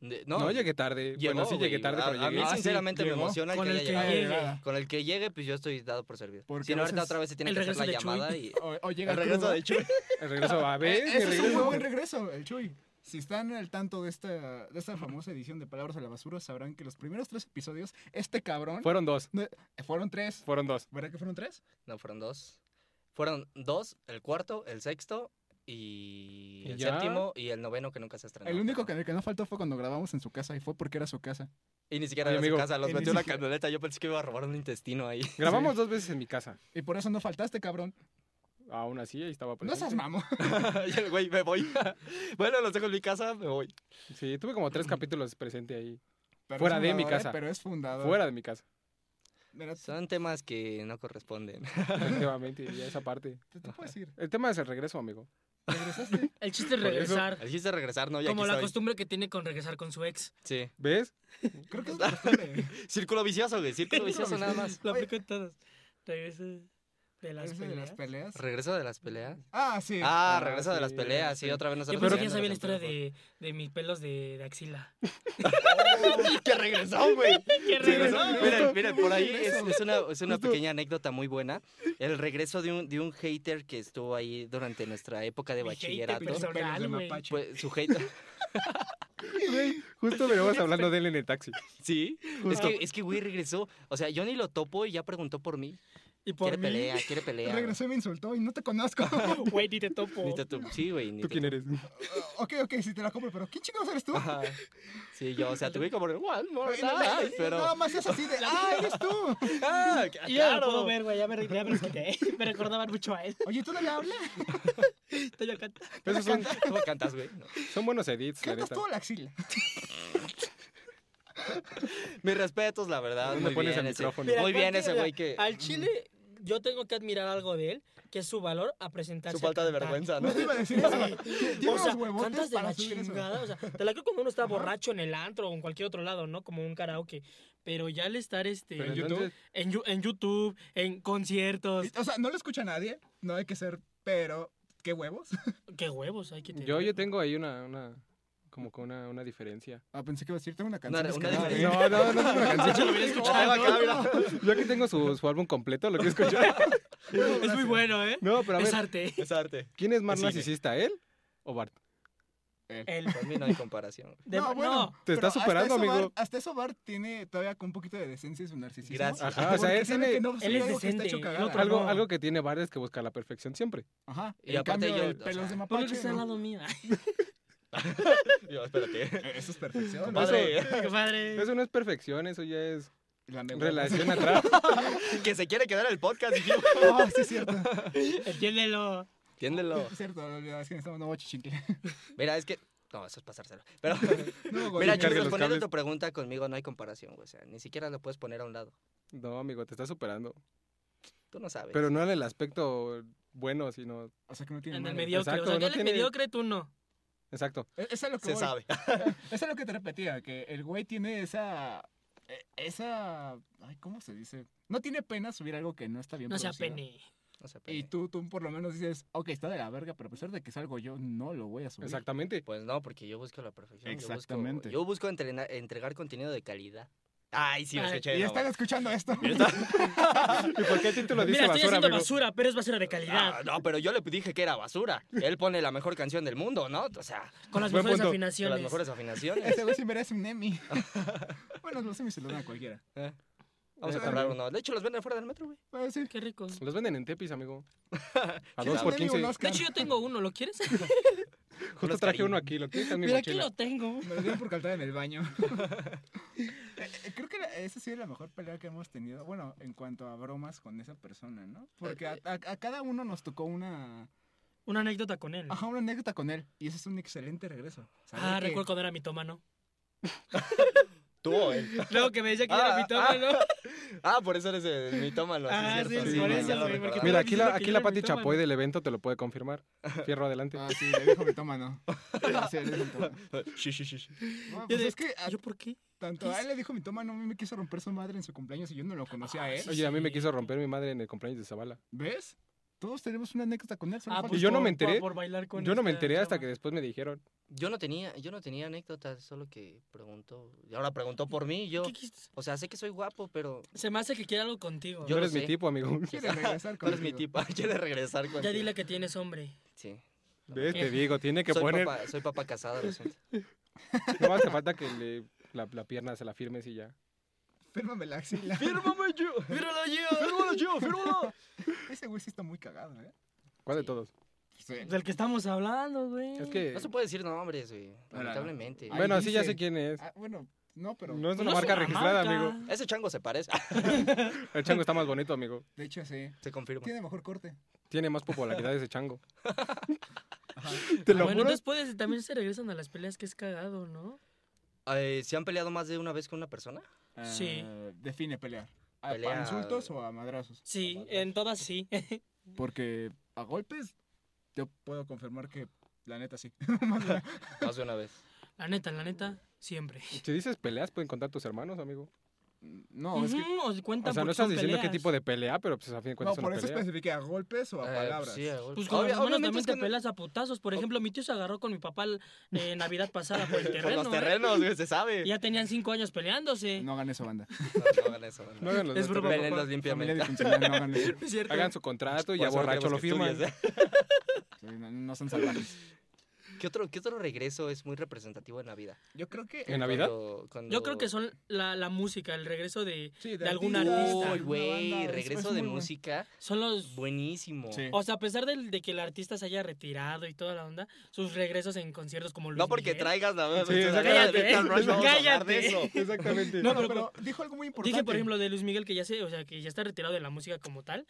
S1: De- No,
S4: No, llegué tarde. bueno, sí
S1: güey.
S4: llegué tarde,
S1: A-
S4: pero
S1: A
S4: llegué.
S1: mí sinceramente me
S4: llegó.
S1: emociona
S3: Con
S1: que
S3: el
S1: haya
S3: que
S1: llegado.
S3: llegue.
S1: Con el que llegue, pues yo estoy dado por servido.
S2: Porque
S1: si no,
S2: a
S1: ahorita
S2: veces-
S1: otra vez se tiene
S3: El
S1: que hacer la
S3: regreso de Chuy.
S1: llamada y...
S2: O, o llega
S1: El regreso
S2: crudo.
S1: de Chuy.
S4: El [laughs] regreso a
S2: Eh,
S4: ver.
S2: ese es un
S4: mi
S2: muy
S4: regreso.
S2: buen regreso, el Chuy. Si están al tanto de esta, de esta famosa edición de Palabras a la Basura, sabrán que los primeros tres episodios, este cabrón,
S4: Fueron dos.
S2: fueron tres.
S4: Fueron dos.
S2: ¿Verdad que fueron tres?
S1: No, fueron dos. Fueron dos, el cuarto, el sexto y
S4: ¿Y
S1: el
S4: ya?
S1: séptimo y el noveno que nunca se estrenó.
S2: el único que, el que no faltó fue cuando grabamos en su casa y fue porque era su casa.
S1: Y ni siquiera
S4: Oye,
S1: era su
S4: amigo,
S1: casa, los
S2: y ni
S1: metió una
S2: siquiera-
S1: candeleta. Yo pensé que iba a robar un intestino ahí.
S4: Grabamos dos veces en mi casa.
S2: Y por eso no faltaste, cabrón.
S4: Aún así, ahí estaba
S2: No seas
S4: presente.
S2: mamo.
S1: [laughs] y el güey, me voy. bueno, los dejo en mi casa, me voy.
S4: Sí, tuve como tres capítulos presente ahí.
S2: [laughs] Pero
S4: Fuera
S2: es
S4: de mi
S2: fundador,
S4: casa.
S2: eh, Pero es fundador.
S4: Fuera de mi casa.
S2: Mira, te,
S1: Son temas que no corresponden. [laughs]
S4: Efectivamente, y esa parte.
S2: te- te puedes ir.
S4: El tema es el regreso, amigo.
S2: Regresaste.
S3: El chiste es
S4: Por eso,
S3: regresar,
S1: El chiste es regresar, ¿no? Ya
S3: como
S1: aquí
S3: la
S1: estoy.
S3: costumbre que tiene con regresar con su ex.
S1: Sí.
S4: ¿Ves?
S2: Creo que
S3: [laughs]
S2: es costumbre.
S1: [laughs]
S3: pues,
S1: Círculo vicioso, güey. Círculo vicioso nada más.
S3: Lo aplico en todas. Regresa. De las
S2: ¿Ese de las
S3: peleas.
S2: peleas?
S1: ¿Regreso de las peleas?
S2: Ah, sí.
S1: Ah,
S4: Ah,
S1: regreso de las
S4: sí,
S1: peleas, sí,
S4: sí.
S1: otra vez
S3: Yo
S1: nosotros.
S3: pensé que
S1: ya
S3: no sabía la historia
S1: campeones,
S3: de, de mis pelos de, de [laughs] axila.
S1: [laughs] por- ¡Que regresó, güey!
S3: ¡Qué
S1: Sí,
S2: regresó.
S1: no,
S2: Justo,
S1: Miren, miren,
S2: justo
S1: por ahí es,
S2: regreso.
S1: es una, es una
S2: Justo.
S1: pequeña anécdota muy buena. El regreso de un, de un hater que estuvo ahí durante nuestra época de
S3: Mi hater,
S1: bachillerato.
S2: Pinches
S3: personal,
S2: pelos de
S3: güey.
S2: mapache.
S1: Pues su hater. [laughs]
S4: Justo veníamos hablando de él en el taxi.
S1: Sí. Es que, es que, güey, regresó. O sea, yo ni lo topo y ya preguntó por mí.
S3: Y por
S1: quiere
S3: mí,
S1: pelea, quiere pelea.
S2: Regresó y me insultó y no te conozco.
S3: [laughs] güey, ni te topo.
S1: güey. Ni te tu- Sí, güey. ni
S4: ¿Tú
S1: te
S4: quién
S1: tu-
S4: eres?
S2: ok, ok, sí te la compro, pero ¿quién chingados eres tú?
S1: Ajá. Sí, yo, o sea, tuve como. One more
S2: Ay, no mames,
S1: time", pero.
S2: Nada más es
S3: [laughs]
S2: así de, ¡ah, eres tú!
S1: Ah,
S3: Y ya lo
S1: claro.
S3: puedo ver, güey, ya me, ya me respeté. [laughs] Me recordaban mucho a él. [laughs]
S2: Oye, ¿tú no le hablas?
S3: Estoy acá.
S4: Esos son,
S1: ¿Cómo cantas, güey? No.
S4: son buenos edits, la
S2: ¿Cantas
S4: neta.
S2: tú o la axila?
S3: Ah,
S1: Mis respetos, la verdad.
S4: ¿Dónde
S1: Muy
S4: pones
S1: bien,
S4: el
S1: ese,
S4: micrófono?
S1: muy
S3: Mira,
S1: bien
S3: aparte,
S1: ese güey que.
S3: Al chile, yo tengo que admirar algo de él, que es su valor a presentarse.
S1: Su falta
S3: a
S1: de
S3: cantar.
S1: vergüenza, ¿no?
S2: No te iba a decir eso. Tiene
S3: O sea,
S2: unos huevotes
S3: cantas de
S2: para
S3: la
S2: subir eso.
S3: chingada. O sea, te la creo cuando uno está borracho en el antro o en cualquier otro lado, ¿no? Como un karaoke. Pero ya al estar este,
S4: Pero
S2: yo-
S3: en, Yu-
S2: YouTube?
S4: entonces,
S3: en, Yu- en YouTube, en conciertos.
S2: O sea, no lo escucha nadie, no hay que ser, pero ¿qué huevos?
S3: Qué huevos hay que tener.
S4: yo, yo tengo ahí una, una como que una, una diferencia.
S2: Ah, pensé que iba a decir, tengo una
S1: canción
S2: canción.
S1: Una- una descarada, diferencia.
S4: No, no, no.
S1: [laughs]
S4: no, no.
S3: De hecho, lo hubiera
S1: Ahí va,
S2: [laughs]
S3: escuchado.
S1: acá, mira.
S4: Yo aquí tengo su, su álbum completo, lo que escuchar.
S2: [laughs]
S3: Es muy bueno, ¿eh?
S4: No, pero a
S3: Es
S4: ver,
S3: arte.
S1: Es arte.
S4: ¿quién es más
S1: Cine.
S4: narcisista, él o Bart?
S3: El-
S1: Por mí no hay comparación.
S3: de- no,
S4: Te está superando,
S2: hasta eso
S4: amigo.
S2: Bar- hasta eso Bar tiene todavía con un poquito de decencia y su narcisismo.
S1: Gracias.
S4: Ajá, Ah,
S2: Ah,
S4: o sea,
S2: Porque
S4: él
S2: sabe
S4: tiene-
S2: que no soy
S3: él es
S2: algo que está
S3: decente,
S2: hecho
S3: el
S2: cagada.
S3: otro
S4: Algo,
S3: no.
S4: algo que tiene Bart es que busca la perfección siempre.
S2: Ajá.
S1: Y
S2: en
S1: aparte
S2: cambio,
S1: yo-
S2: el
S1: o
S2: pelos
S1: sea,
S2: de
S3: Ponlo que
S2: mapache.
S3: está al
S2: ¿no?
S3: lado mío.
S1: Yo, espérate. [laughs]
S2: Eh, Eso es perfección.
S4: Compadre.
S3: Compadre.
S4: Eso no es perfección, eso ya es
S2: La me- [laughs]
S3: [laughs]
S4: relación atrás.
S1: que se quiere quedar en el podcast. dijimos.
S2: Ah, sí, es
S4: [laughs]
S2: cierto.
S3: Entiéndelo.
S1: Entiéndelo.
S2: Es cierto, la verdad es que necesitamos nuevo
S4: [laughs]
S2: chichincle.
S1: Mira, es que. No, eso es pasárselo. [laughs] Pero,
S2: No, güey.
S1: mira,
S4: cargue
S1: chicos,
S4: los
S1: respondiendo
S4: cables.
S1: tu pregunta conmigo, no hay comparación, güey. O sea, ni siquiera lo puedes poner a un lado.
S4: No, amigo, te está superando.
S1: Tú no
S3: Pues
S1: sabes.
S4: Pero no en el aspecto bueno, sino.
S2: O sea, que no tiene
S3: En el
S2: madre.
S3: mediocre.
S4: Exacto,
S3: o sea, que
S4: no
S3: él es
S4: tiene-
S3: mediocre, tú no.
S4: Exacto.
S2: Es, es a lo que
S1: se
S2: voy.
S1: sabe.
S2: Eso es lo que te repetía, que el güey tiene esa... eh, Esa... Ay, ¿cómo se dice? No tiene pena subir algo que no está bien
S3: No sea
S2: producido.
S3: pene.
S1: No se pelee.
S2: Y tú, tú por lo menos dices, ok, está de la verga, pero a pesar de que salgo yo, no lo voy a subir.
S4: Exactamente.
S1: Pues no, porque yo busco la perfección. yo busco-
S2: Exactamente.
S1: Yo busco, entrenar- entregar contenido de calidad. Ay, sí, me
S3: Ay,
S1: escuché.
S2: Y
S1: no,
S2: están
S1: va.
S2: escuchando esto.
S1: [laughs]
S4: ¿Y por qué el título
S3: [laughs]
S4: dice
S3: Mira, estoy
S4: basura,
S3: haciendo
S4: amigo?
S3: basura, pero es basura de calidad.
S1: Ah, no, pero yo le dije que era basura. Él pone la mejor canción del mundo, ¿no? O sea,
S3: con las
S4: Ah,
S3: mejores
S4: Buen punto.
S1: con
S3: afinaciones.
S1: las mejores
S2: [laughs]
S1: afinaciones.
S2: [laughs] Ese güey sí merece un Emmy. bueno, los Emmys se lo dan a cualquiera.
S1: ¿eh? Vamos a comprar uno. De hecho, los venden fuera del metro, güey.
S2: Bueno, sí.
S3: Qué rico.
S4: Los venden en Tepis,
S3: [laughs]
S4: amigo. A
S2: Sí,
S4: dos
S2: un
S4: por
S2: Emmy, un
S4: 15.
S2: Oscar.
S3: De hecho, yo tengo uno, ¿lo quieres?
S4: Justo
S1: unos
S4: traje uno
S1: cariños.
S4: aquí, lo que está en mi
S3: Mira, aquí
S4: mochila.
S3: lo tengo.
S2: Me lo dieron por cantar en el baño. [laughs] Eh, eh, Creo que la- esa sí es la mejor pelea que hemos tenido. Bueno, en cuanto a bromas con esa persona, ¿no? Porque a, a- a cada uno nos tocó una,
S3: Una anécdota con él.
S2: ajá, una anécdota con él. Y ese es un excelente regreso. Saber
S3: Mm. Ah,
S2: que-
S3: recuerdo cuando era mitómano.
S1: Tú o él.
S3: [laughs] Luego que me decía que
S1: Ah,
S3: era mitómano.
S1: Ah, por eso eres el mitómano.
S3: Ah,
S1: sí, cierto,
S2: sí, por
S1: ya
S2: eso,
S1: lo
S2: güey,
S1: recordaba.
S3: porque-
S4: Mira,
S3: Ah,
S4: aquí
S3: diciendo
S4: la,
S3: que
S4: aquí
S3: yo
S4: la
S3: era
S4: Pati
S3: mitómano.
S4: Chapoy del evento te lo
S3: [laughs]
S4: puede confirmar. Fierro adelante.
S2: Ah, sí, le dijo mi tómano. [laughs] Sí, le dijo mitómano.
S1: Ah, Sí, sí, sí, sí.
S2: Bueno,
S3: Yo
S2: pues
S3: de-
S2: es que a-
S3: Ah, ¿Yo por qué?
S2: tanto a él le dijo mi tómano, a mí me quiso romper su madre en su cumpleaños y yo no lo conocía a él.
S4: Oye, a mí me
S3: sí.
S4: quiso romper mi madre en el cumpleaños de Zavala.
S2: ¿Ves? Todos tenemos una anécdota con él. solo falta-
S4: pues, yo no
S3: Ah, por-
S4: me enteré.
S3: por- por bailar con este
S4: Yo no me
S3: esta
S4: enteré hasta
S3: chava.
S4: que después me dijeron.
S1: Yo no tenía, yo no tenía anécdotas, solo que preguntó. Y ahora preguntó por mí, y yo.
S3: ¿Qué quis-
S1: O sea, sé que soy guapo, pero
S3: Se me hace que quiere algo contigo.
S1: Yo
S4: no
S1: lo
S4: eres mi
S1: sé.
S4: tipo, amigo.
S2: [laughs] Quiere regresar
S4: [laughs]
S1: tú eres mi
S2: contigo.
S1: tipo. Quiere regresar con.
S3: Ya dile que tienes hombre.
S1: Sí.
S4: ¿Ves? Te digo, tiene que
S1: soy,
S4: poner.
S1: papá, soy papá casado, lo siento.
S4: No hace falta que le- la, la pierna se la firmes y ya.
S2: Fírmame la axila.
S1: ¡Fírmame yo! ¡Fírmalo yo! ¡Fírmalo yo! ¡Fírmalo!
S2: [laughs] Ese güey sí está muy cagado, ¿eh?
S4: ¿Cuál de
S1: Sí.
S4: todos?
S2: Sí.
S3: Del que estamos hablando, güey.
S4: Es que.
S1: No se puede decir nombres, güey.
S2: no.
S1: Lamentablemente.
S2: Ahí
S4: Bueno, sí, ya
S2: dice.
S4: sé quién es.
S2: Ah, bueno, no, pero
S4: No es una
S3: No
S4: marca registrada,
S3: marca.
S4: amigo.
S1: Ese chango se parece.
S4: El chango está más bonito, amigo.
S2: de hecho sí.
S1: se confirma.
S2: Tiene mejor corte.
S4: Tiene más popularidad ese chango.
S2: Ajá.
S4: [laughs]
S3: Ah,
S4: Te
S3: bueno,
S4: lo juro.
S3: entonces puedes- también se regresan a las peleas que es cagado, ¿no?
S1: Eh, ¿Se han peleado más de una vez con una persona?
S3: Sí.
S2: Eh, define pelear. ¿A, pa-
S1: Pelea-
S2: insultos o a madrazos?
S3: Sí,
S1: Vamos.
S3: en todas sí.
S2: Porque a golpes yo puedo confirmar que la neta sí. [laughs] Más
S4: [laughs]
S2: la-
S1: Más de una vez.
S3: La neta, la neta, siempre.
S4: Si dices peleas, pueden contar tus hermanos, amigo.
S2: No, es que.
S3: Ujú, o cuentan
S4: O sea, no
S3: porque
S4: estás
S3: son
S4: diciendo qué
S3: peleas.
S4: tipo de pelea, pero pues a fin de
S2: No,
S4: cuentas es
S2: por
S4: una
S2: eso
S4: pelea.
S2: especifiqué a golpes o a
S5: Eh,
S2: palabras.
S5: sí, a huevo.
S3: Pues con
S1: Obvio-
S3: mis hermanos
S1: obviamente
S3: también
S1: es
S3: te
S1: que no-
S3: pelas a putazos. Por ejemplo, mi tío se agarró con mi papá en Navidad pasada
S1: [laughs]
S3: por el terreno.
S1: Por los
S3: ¿eh?
S1: terrenos, güey, se
S3: Y
S1: sabe.
S3: Ya tenían cinco años peleándose.
S2: No hagan eso, banda.
S1: No, no hagan eso, no.
S4: No hagan los
S3: Es
S4: dos,
S3: broma,
S4: pero
S1: Velenlos
S2: Familia
S1: limpiamente.
S2: disfuncional, no
S1: [laughs]
S2: hagan eso.
S3: [laughs] Es cierto.
S4: Hagan su contrato
S1: Por
S3: Pues,
S4: y ya
S1: eso no
S4: borracho lo
S1: queremos que
S4: firman.
S1: estudies, ¿eh?
S2: Sí, No, no son salvajes.
S1: ¿Qué otro, ¿Qué otro regreso es muy representativo en la vida?
S2: Yo creo que.
S4: ¿En Navidad?
S1: Cuando- cuando-
S3: Yo creo que son la, la música, el regreso de...
S2: Sí,
S3: de algún
S2: artista,
S1: Uy,
S3: artista.
S2: alguna
S1: güey,
S2: banda, es-
S1: regreso
S2: es
S1: de
S2: muy bueno.
S1: música.
S3: Son los...
S1: Buenísimo.
S2: Sí.
S3: O sea, a pesar del- de, que el artista se haya retirado y toda la onda, sus regresos en conciertos como Luis
S1: No porque
S3: Miguel.
S1: traigas la
S4: Sí,
S1: la- la- la- la- la-
S4: cállate,
S3: cállate.
S1: vamos a hablar de eso.
S4: Exactamente.
S2: No,
S3: No,
S2: no,
S3: pero-
S2: pero dijo algo muy importante.
S3: Dije, por ejemplo, de Luis Miguel que ya se, o sea, que ya está retirado de la música como tal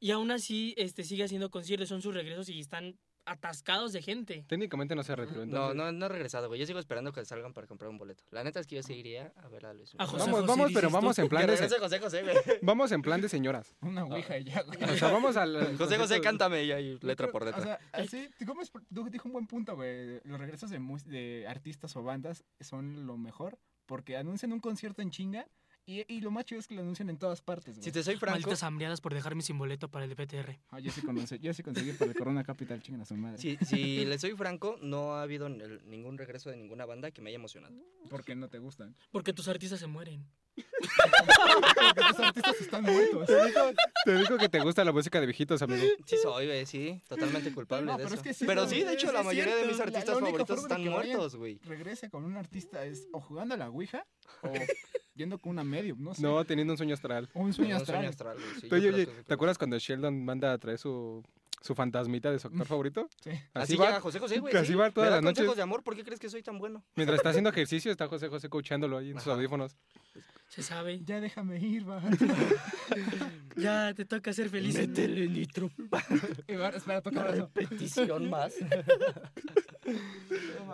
S3: y aún así este sigue haciendo conciertos, son sus regresos y están atascados de gente.
S4: Técnicamente no se retiró
S1: No,
S4: entonces.
S1: no, no he regresado, güey. Yo sigo esperando que salgan para comprar un boleto. La neta es que yo seguiría a ver a Luis.
S3: A José
S4: Vamos,
S3: José,
S4: vamos, pero
S3: dices
S4: vamos
S3: tú.
S4: en plan
S1: Que
S4: de
S1: regrese
S4: se-
S1: José [laughs] José, güey.
S4: vamos en plan de señoras.
S2: Una ouija y ya, güey.
S4: O sea, vamos al al
S1: José José,
S4: concierto-
S1: cántame ya, y [laughs] letra por
S2: O
S1: letra.
S2: sea, así, ¿cómo es? Du- dijo un buen punto, güey. Los regresos de, mus- de artistas o bandas son lo mejor porque anuncian un concierto en chinga y, y lo más chido es que lo anuncian en todas partes, güey.
S1: Si te soy franco,
S3: Malditas hambriadas por dejarme sin boleto para el PTR.
S2: Ah, yo sí conocí, yo sí conseguí para el Corona Capital, chingan a su madre.
S1: si, si le soy franco, no ha habido n- el- ningún regreso de ninguna banda que me haya emocionado.
S2: Porque no te gustan.
S3: Porque tus artistas se mueren.
S2: Porque los artistas están muertos.
S4: Te digo, te digo que te gusta la música de viejitos, amigo.
S1: Sí soy, güey, sí, totalmente culpable
S2: No,
S1: de
S2: pero
S1: eso.
S2: es que sí,
S1: pero
S2: no,
S1: sí, de
S2: es-
S1: hecho, la
S2: es
S1: mayoría de
S2: cierto,
S1: mis
S2: la- la
S1: artistas
S2: única
S1: favoritos
S2: forma de
S1: están
S2: que vayan-
S1: muertos, güey.
S2: Regresa con un artista es o jugando a la ouija [laughs] o yendo con una
S1: [laughs]
S2: medium, no sé.
S4: No, teniendo un sueño astral.
S2: O un sueño
S1: No, un
S2: astral.
S1: astral, güey, sí, yo
S4: Oye,
S1: creo
S4: oye,
S1: que sí.
S4: ¿te acuerdas cuando Sheldon manda a traer su, su fantasmita de
S1: [laughs]
S4: su actor favorito?
S2: Sí.
S1: Así,
S4: va,
S1: llega José José, güey.
S4: que así
S1: sí.
S4: va todas
S1: Me da
S4: las noches.
S1: consejos de amor, ¿por qué crees que soy tan bueno?
S4: mientras está haciendo ejercicio, está José José coachándolo ahí en sus
S1: Ajá.
S4: audífonos.
S3: Se sabe.
S2: Ya déjame ir, va.
S3: Ya te toca ser feliz.
S1: nitro.
S2: [laughs] Y va, espera, toca eso.
S1: Petición más.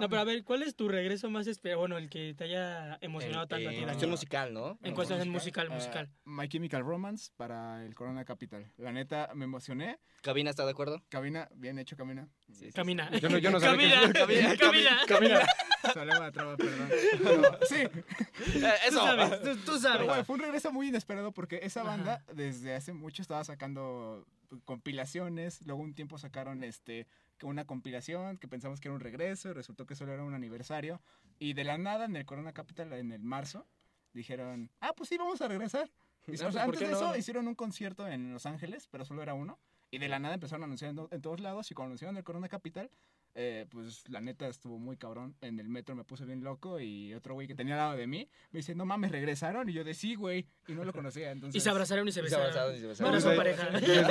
S3: No, pero a ver, ¿cuál es tu regreso más esperado? Bueno, el que te haya emocionado tanto a ti.
S1: en
S3: Daniel.
S1: cuestión musical, ¿no?
S3: En cuestión musical, musical.
S2: Ah, My Chemical Romance para el Corona Capital. La neta, me emocioné.
S1: Cabina, ¿está de acuerdo?
S2: Cabina, bien hecho, cabina.
S3: Camina.
S4: Yo
S1: [laughs]
S3: [laughs]
S4: no- yo no sabía
S3: camina,
S4: que-
S3: camina, camina. [laughs]
S2: Hablaba de traba, perdón. Pero, sí,
S1: Eh,
S3: Tú
S1: eso.
S3: sabes, tú, tú
S2: pero, güey,
S3: sabes.
S2: fue un regreso muy inesperado porque esa
S3: Ajá.
S2: banda desde hace mucho estaba sacando pues, compilaciones. Luego un tiempo sacaron este que una compilación que pensamos que era un regreso y resultó que solo era un aniversario. Y de la nada en el Corona Capital en el marzo dijeron, ah, pues sí, vamos a regresar. Y,
S1: Ah,
S2: o
S1: pues,
S2: sea,
S1: ¿por
S2: antes
S1: qué
S2: de
S1: no?
S2: eso hicieron un concierto en Los Ángeles, pero solo era uno. Y de la nada empezaron a anunciar en, do- en todos lados. Y cuando anunciaron el Corona Capital, eh, pues la neta estuvo muy cabrón. En el metro me puse bien loco. Y otro güey que tenía al lado de mí me dice: No mames, regresaron. Y yo de sí, güey. Y no lo conocía. Entonces,
S3: Y se abrazaron y se
S1: Y se abrazaron
S3: besaron.
S1: y se
S3: No
S1: besaron.
S3: era su
S4: Desde-
S3: pareja.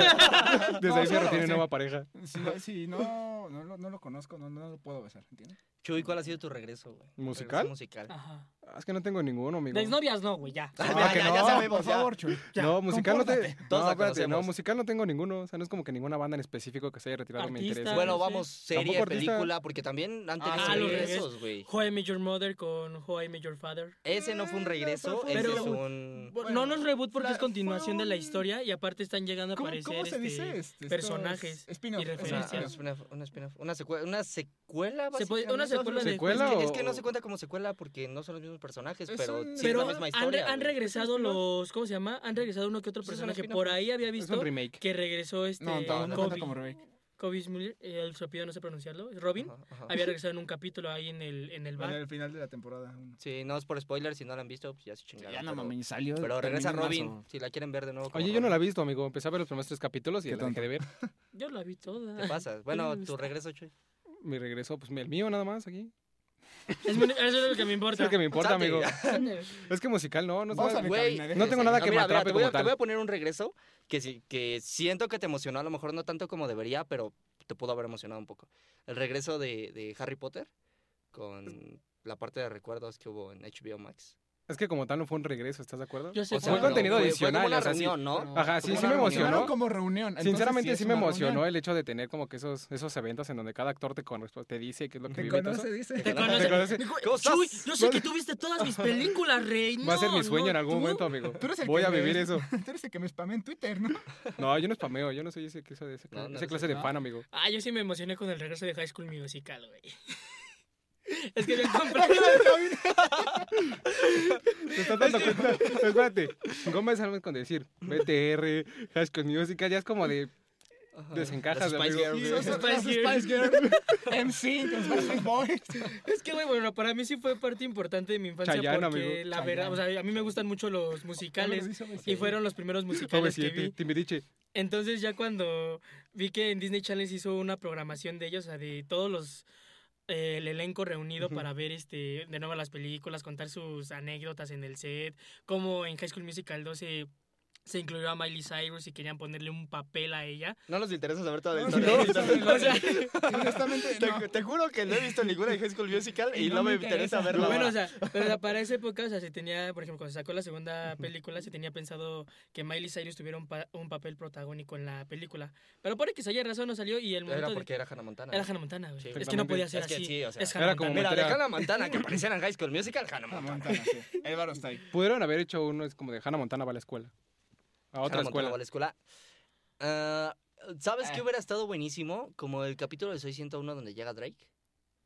S1: [laughs]
S4: [laughs] Desde
S2: No, solo,
S4: ahí Fierro tiene
S2: sí.
S4: nueva pareja.
S2: Si no, si no, no, lo- no lo conozco, no, no lo puedo besar. ¿Entiendes?
S1: Chuy, ¿cuál ha sido tu regreso, güey?
S4: ¿Musical?
S1: Regreso musical.
S3: Ajá.
S4: Ah, Es que no tengo ninguno, amigo.
S3: De exnovias no, güey, ya.
S1: Ah,
S4: Ah,
S1: ya,
S4: que
S1: ya,
S4: no,
S1: ya
S2: por
S1: sabemos, ya.
S2: favor, Chuy.
S3: Ya,
S4: no, musical no te...
S2: compórtate.
S1: Todos
S4: No,
S1: la
S4: espérate, no,
S1: conocemos.
S4: musical no tengo ninguno. O sea, no es como que ninguna banda en específico que se haya retirado me
S3: Artista.
S4: interese.
S1: Bueno,
S3: no sé.
S1: vamos, serie,
S4: Tampoco artista.
S1: película, porque también han
S2: Ah,
S1: tenido
S3: sí. los
S1: regresos, güey.
S3: How I Met Your Mother con How I Met Your Father.
S1: Ese no fue un regreso,
S2: fue
S1: ese
S3: un
S1: es
S3: reboot.
S1: un...
S2: Bueno,
S3: no, no es reboot porque
S2: fue-
S3: es continuación de la
S2: fue un-
S3: historia y aparte están llegando a
S2: ¿Cómo,
S3: aparecer
S2: cómo se
S3: este,
S2: dice? este, estos-
S3: personajes.
S2: Spin-off,
S3: y
S2: es un
S1: Una,
S3: referencias.
S2: spin-off.
S1: una, una spin-off, una secue- una secuela,
S3: Se puede- una
S1: básicamente.
S3: secuela de
S4: ¿Secuela
S1: Es que,
S4: o-
S1: es que no se cuenta como secuela porque no son los mismos personajes,
S2: Es
S1: pero
S2: un-
S1: sí
S3: Pero
S1: es la misma
S3: han, re-
S1: historia.
S3: han
S1: güey.
S3: regresado los. ¿Cómo se llama? Han regresado uno que otro
S1: Es un
S3: personaje.
S1: spin-off.
S3: Por ahí había
S4: Es un
S3: visto
S4: remake.
S3: que regresó este.
S2: No, no, no cuenta
S3: Kobe.
S2: como remake.
S3: Kobe Smuller, eh, el su apellido no sé pronunciarlo. Robin.
S1: Ajá, ajá.
S3: Había regresado en un capítulo ahí en el, en el
S2: Bueno,
S3: bar.
S2: el final de la temporada uno.
S1: Sí, no es por spoiler, si no la han visto, pues ya se chingaron. pero,
S2: salió.
S1: pero regresa Robin, si la quieren ver de nuevo. como
S4: Oye, yo no la he
S1: Robin.
S4: visto, amigo. Empecé a ver los primeros tres capítulos y
S2: Qué
S4: la dejé de ver.
S3: Yo la vi toda.
S1: Te pasas. Bueno, tu regreso, Chuy.
S4: Mi regreso, pues el mío nada más aquí.
S3: Es mi- eso es lo que me
S4: Es
S3: importa.
S4: lo que me importa,
S1: Salte. [laughs]
S4: amigo. Es que musical no, no es
S2: Vamos
S4: nada-
S2: a mi
S1: Güey,
S2: cabina,
S4: no
S2: déjense.
S4: tengo nada
S1: No,
S4: que me
S1: mira, mira,
S4: atrape
S1: te, voy
S4: como
S1: a, te voy a
S4: tal.
S1: poner un regreso que, sí- que siento que te emocionó, a lo mejor no tanto como debería, pero te pudo haber emocionado un poco. El regreso de, de Harry Potter con la parte de recuerdos que hubo en HBO Max.
S4: Es que como tal no fue un regreso, ¿estás de acuerdo?
S3: Yo sé
S1: O
S4: fue
S1: sea,
S4: contenido
S1: fue-
S4: adicional,
S1: Fue como una
S4: o sea, sí.
S1: reunión, ¿no?
S4: Ajá, sí,
S1: Fue
S4: sí
S1: una
S4: me
S1: reunión.
S4: emocionó.
S2: Llamaron como reunión. entonces
S4: Sinceramente
S2: es
S4: sí me
S2: una
S4: emocionó
S2: reunión.
S4: el hecho de tener como que esos, esos eventos en donde cada actor te, con- te dice qué es lo que
S2: Te
S4: vive y todo
S2: conoce, dice.
S3: [laughs] Te
S4: eso.
S3: conoce.
S4: ¿Te conoce?
S1: Cosas.
S3: Chuy, yo sé que tú viste todas mis
S4: [laughs]
S3: películas, rey.
S4: Va a ser
S3: No,
S4: mi sueño
S3: no,
S4: en algún
S3: tú.
S4: momento, amigo.
S2: Tú eres el
S4: Voy
S2: que
S4: a vivir
S2: me-
S4: eso.
S2: [laughs] Tú eres el que me spamé en Twitter, ¿no? [laughs]
S4: No, yo no spameo, yo no soy ese, esa, esa,
S1: No, no
S4: esa
S1: eres
S4: clase de
S2: spam.
S4: fan, amigo.
S3: Ah, yo sí me emocioné con el regreso de High School Musical, güey. [laughs] Es que habían
S4: [laughs]
S3: comprado.
S4: Te estás dando cuenta. Pero [laughs] espérate. Gómez Almas con decir BTR, Hash con Music, ya es como de
S1: Ajá.
S4: Desencajas,
S1: Las Spice
S4: amigo.
S1: Girls,
S4: Sí,
S1: güey.
S4: eso
S3: Spice Girls.
S2: [laughs] MC, los Backstreet Boys.
S3: Es que, güey, bueno, para mí sí fue parte importante de mi infancia
S4: Chayanne,
S3: porque
S4: amigo,
S3: la
S2: Chayanne.
S3: verdad, o sea, a mí me gustan mucho los musicales y fueron
S2: [laughs]
S3: los primeros
S4: Pobre
S3: musicales que
S4: siete,
S3: vi.
S4: Timbiriche.
S3: Entonces ya cuando vi que en Disney Channel se hizo una programación de ellos, o sea, de todos los eh, el elenco reunido
S4: Ujú.
S3: para ver este de nuevo las películas, contar sus anécdotas en el set, como en High School Musical 2 se, se incluyó a Miley Cyrus y querían ponerle un papel a ella.
S1: No nos interesa saber toda la
S2: [laughs]
S1: [laughs]
S2: No,
S1: historia.
S2: no,
S3: [laughs] O sea,
S1: [laughs]
S2: Honestamente,
S1: Te,
S2: no.
S1: te juro que no he visto ninguna de High School Musical y no, me interesa verla.
S3: bueno, o sea, pero o sea, para esa época, o sea, se tenía, por ejemplo, cuando se sacó la segunda película, se tenía pensado que Miley Cyrus tuviera un, pa- un papel protagónico en la película. Pero por que se haya razón, no salió y el momento
S1: era
S3: de-
S1: porque era Hannah Montana.
S3: Era Hannah Montana, güey.
S1: Sí,
S3: es que no podía ser
S1: Es que
S3: así.
S1: sí, o sea,
S3: es
S1: era
S3: Hannah
S4: como
S3: Montana.
S1: Mira, de
S4: Montana.
S1: Hannah Montana que apareciera en High School Musical, Hannah
S2: Hannah
S1: Montana.
S2: Montana, sí. Álvaro está ahí.
S4: Pudieron haber hecho uno es como de Hannah Montana va a la escuela. A otra
S1: Hannah Montana
S4: escuela.
S1: va a la escuela. Ah, ¿Sabes
S2: Ah.
S1: qué hubiera estado buenísimo? Como el capítulo de Soy 101 donde llega Drake.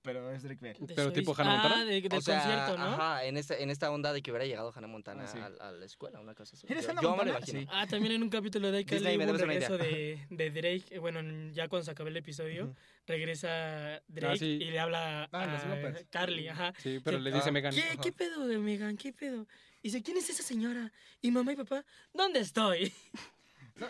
S2: Pero es Drake Bell.
S3: De
S4: Pero
S3: Soy-
S4: tipo Hannah
S3: ah,
S4: Montana.
S3: de- del
S1: o sea,
S3: concierto, ¿no?
S1: Ajá, en esta, en esta onda de que hubiera llegado Hannah Montana
S2: Ah, sí.
S1: a, a la escuela, una cosa así.
S2: ¿Eres
S1: Yo-
S2: Hannah
S1: yo me lo
S2: Montana?
S1: imagino.
S2: Sí.
S3: Ah, también en un capítulo de iCarly
S1: Disney, me
S3: hubo un
S1: debes una
S3: regreso de, de Drake. eh, Bueno, en- ya cuando se acabó el episodio,
S4: Ujú.
S3: regresa Drake
S4: sí.
S3: y le habla
S2: Ah, los
S3: a
S2: Muppets.
S3: Carly, ajá.
S4: Sí, pero
S3: Sí.
S4: le dice
S1: Ah.
S4: Megan.
S3: ¿Qué, ¿Qué pedo de Megan? ¿Qué pedo? Y dice, ¿quién es esa señora? Y mamá y papá, ¿dónde estoy?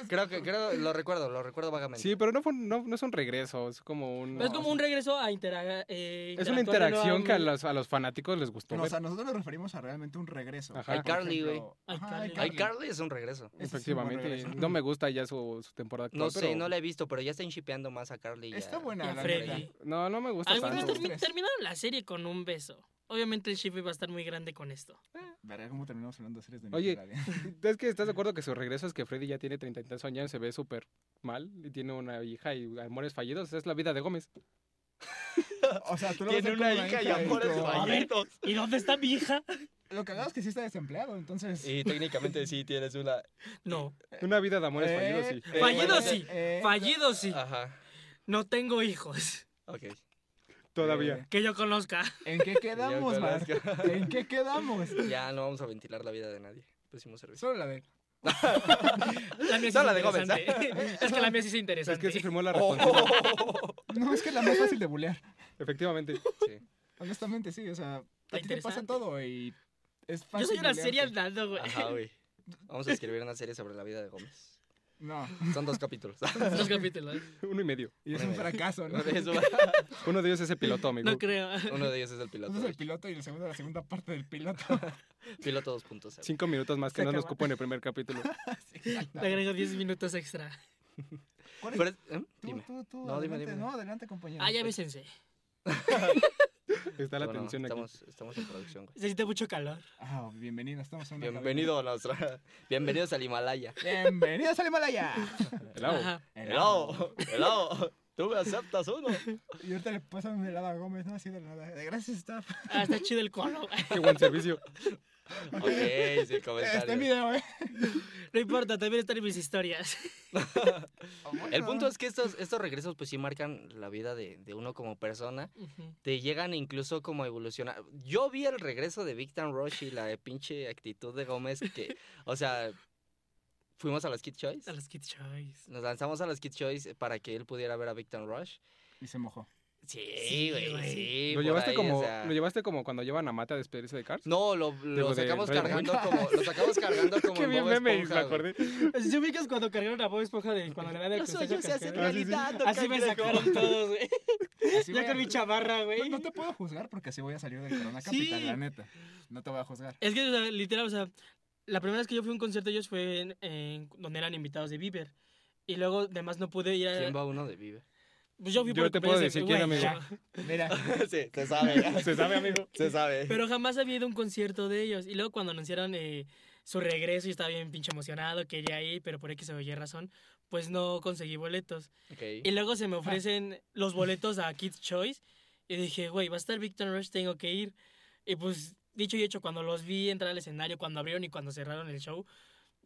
S1: Creo que creo, lo recuerdo, lo recuerdo vagamente.
S4: Sí, pero no, fue, un- no, no es un regreso, es como un...
S3: es como un regreso a interagar. Eh,
S4: es una
S3: interactuar de
S4: interacción que a
S3: nuevo.
S4: los, a los fanáticos les gustó.
S2: No,
S4: ver.
S2: o sea, nosotros nos referimos a realmente un regreso.
S4: Ajá.
S2: Por
S1: iCarly, güey.
S2: ejemplo, ajá,
S3: iCarly.
S1: iCarly es un regreso.
S2: Ese es un
S4: Efectivamente.
S2: buen regreso.
S4: no me gusta ya su, su temporada actual,
S1: No sé,
S4: pero-
S1: no la he visto, pero ya están shipeando más a Carly. y a-
S2: Está
S3: Y
S2: buena
S3: a
S2: la
S3: Freddy.
S2: neta.
S4: No, no me
S3: Algunos
S4: gusta [laughs] tanto.
S2: tres.
S3: termi- terminaron la serie con un beso. Obviamente el shift iba a estar muy grande con esto.
S2: Verga, cómo terminamos hablando de series de
S4: Oye,
S2: Nickelodeon. [laughs]
S4: Es que estás de acuerdo que su regreso es que Freddy ya tiene 33 años, se ve súper mal y tiene una hija y amores fallidos. Es la vida de Gómez.
S2: Eh, O sea, tú lo
S1: Tiene
S2: ves como
S1: una
S2: la
S1: hija y amores
S2: como-
S3: A ver.
S1: fallidos.
S3: ¿Y dónde está mi hija?
S2: Lo cagado es que sí está desempleado, entonces...
S1: Y técnicamente sí tienes una.
S3: No.
S4: Una vida de amores
S2: Eh,
S4: fallidos, sí.
S1: Eh, ah.
S3: Fallido
S1: bueno,
S3: sí.
S2: eh,
S3: Fallido sí.
S1: Ajá.
S3: No tengo hijos. [laughs]
S1: Ok.
S4: Todavía.
S3: Que yo conozca.
S2: eh, ¿En
S1: [laughs]
S2: qué quedamos,
S1: Yo
S2: Mark?
S1: conozco.
S2: ¿En
S1: [laughs]
S2: qué quedamos?
S1: Ya no vamos a ventilar la vida de nadie. Pésimo servicio.
S2: Solo la de...
S3: La mía
S1: No,
S3: sí es
S1: la de Gómez,
S3: interesante. es que la mía sí es
S4: Es
S3: interesante.
S4: que se firmó la
S2: Oh.
S4: responsabilidad.
S1: Oh.
S2: No, es que es la más fácil de bulear.
S4: Efectivamente.
S1: Sí.
S2: Honestamente, sí, o sea, a ti te pasa
S3: interesante.
S2: todo y es fácil
S3: Yo soy una
S2: bulearte.
S3: serie andando, güey.
S1: Ajá, güey. [laughs] Vamos a escribir una serie sobre la vida de Gómez.
S2: No,
S1: Son dos capítulos.
S3: [laughs] Dos capítulos.
S4: Uno y medio.
S2: y es un
S1: Bueno,
S2: fracaso, ¿no?
S1: [laughs] Uno de
S2: Entonces
S1: [laughs] esos-
S4: Uno de ellos es el piloto, amigo.
S3: No creo.
S1: Uno de ellos es el piloto.
S2: es el
S1: güey.
S2: piloto y el segundo la segunda parte
S1: [laughs]
S2: del piloto. [laughs]
S1: Piloto 2.0.
S4: Cinco minutos más que
S3: Se
S4: no nos
S3: acaba.
S4: cupo en el
S3: [laughs]
S4: primer capítulo.
S3: Le agrego 10 minutos extra.
S2: ¿Cuál es?
S1: Pero es- ¿eh?
S2: Tú,
S1: Dime.
S2: tú, tú,
S1: No, dime,
S2: adelante,
S1: dime.
S2: no, adelante, compañero.
S3: Ah, ya bésense.
S4: Está la
S1: Bueno,
S4: tensión aquí.
S1: estamos, estamos en producción, güey.
S3: Se siente mucho calor.
S2: Ah, bienvenido, estamos en una
S1: Bienvenido a nuestra. Bienvenidos al Himalaya.
S2: cabina. Bienvenidos al Himalaya.
S4: Helado.
S3: Ajá.
S1: Helado, helado. Tú me aceptas uno.
S2: Y ahorita le pasan un helado a Gómez, no así de la nada. De gracias, staff.
S3: Ah, está chido el cono.
S4: Qué buen servicio.
S1: Ok, sí,
S2: Este en
S1: comentario.
S2: video, eh.
S3: [laughs] No importa, también están en mis historias.
S1: El punto es que estos, estos regresos pues sí marcan la vida de, de uno como persona.
S3: Ujú.
S1: Te llegan incluso como a evolucionar. Yo vi el regreso de Victor Rush y la pinche actitud de Gómez [laughs] que, o sea, fuimos a las Kid Choice.
S3: A los
S1: [laughs]
S3: Kid Choice.
S1: Nos lanzamos a las Kid Choice para que él pudiera ver a Victor Rush.
S2: Y se mojó.
S1: Sí,
S3: Sí,
S1: güey,
S3: güey.
S1: [laughs] sí.
S4: lo,
S1: por
S4: llevaste
S1: ahí, o
S4: como,
S1: sea.
S4: lo llevaste como cuando llevan a Mate a despedirse de Cars.
S1: No, lo, lo
S4: Digo, de
S1: sacamos
S4: Rayo
S1: cargando como. Lo
S4: [laughs]
S1: sacamos cargando [laughs] como.
S4: Qué
S1: en
S4: bien
S1: Bob
S4: meme, me
S1: Esponja, güey.
S4: acordé.
S1: [laughs]
S3: Si ubicas cuando cargaron a Bob Esponja de cuando le dan el
S1: Los
S3: consejo
S1: sueños se hacen
S3: cascabel?
S1: realidad. no
S3: Así me
S1: cangrejo.
S3: sacaron todos, güey.
S2: Así voy
S3: Ya
S2: a-
S3: con mi chamarra, güey.
S2: No, no te puedo juzgar porque así voy a salir del Corona
S3: Sí.
S2: Capital, la neta. No te voy a juzgar.
S3: Es que, o sea, literal, o sea, la primera vez que yo fui a un concierto de ellos fue en, en- donde eran invitados de Bieber. Y luego, además, no pude ir a...
S1: ¿Quién va a uno de vive?
S3: Pues yo fui
S4: Yo
S3: por
S4: te
S3: primera
S4: puedo
S3: vez,
S4: decir
S3: güey,
S4: quién, amigo.
S3: ya.
S2: Mira,
S1: [laughs] sí, se sabe. [laughs]
S4: Se sabe, amigo.
S1: Se sabe.
S3: Pero jamás había ido a un concierto de ellos. Y luego cuando anunciaron eh, su regreso, yo estaba bien pinche emocionado, quería ir, pero por X o Y razón, pues no conseguí boletos. Y luego
S1: Ah.
S3: se me ofrecen los boletos a Kids Choice. Y dije, güey, va a estar Victor Rush, tengo que ir. Y pues, dicho y hecho, cuando los vi entrar al escenario, cuando abrieron y cuando cerraron el show,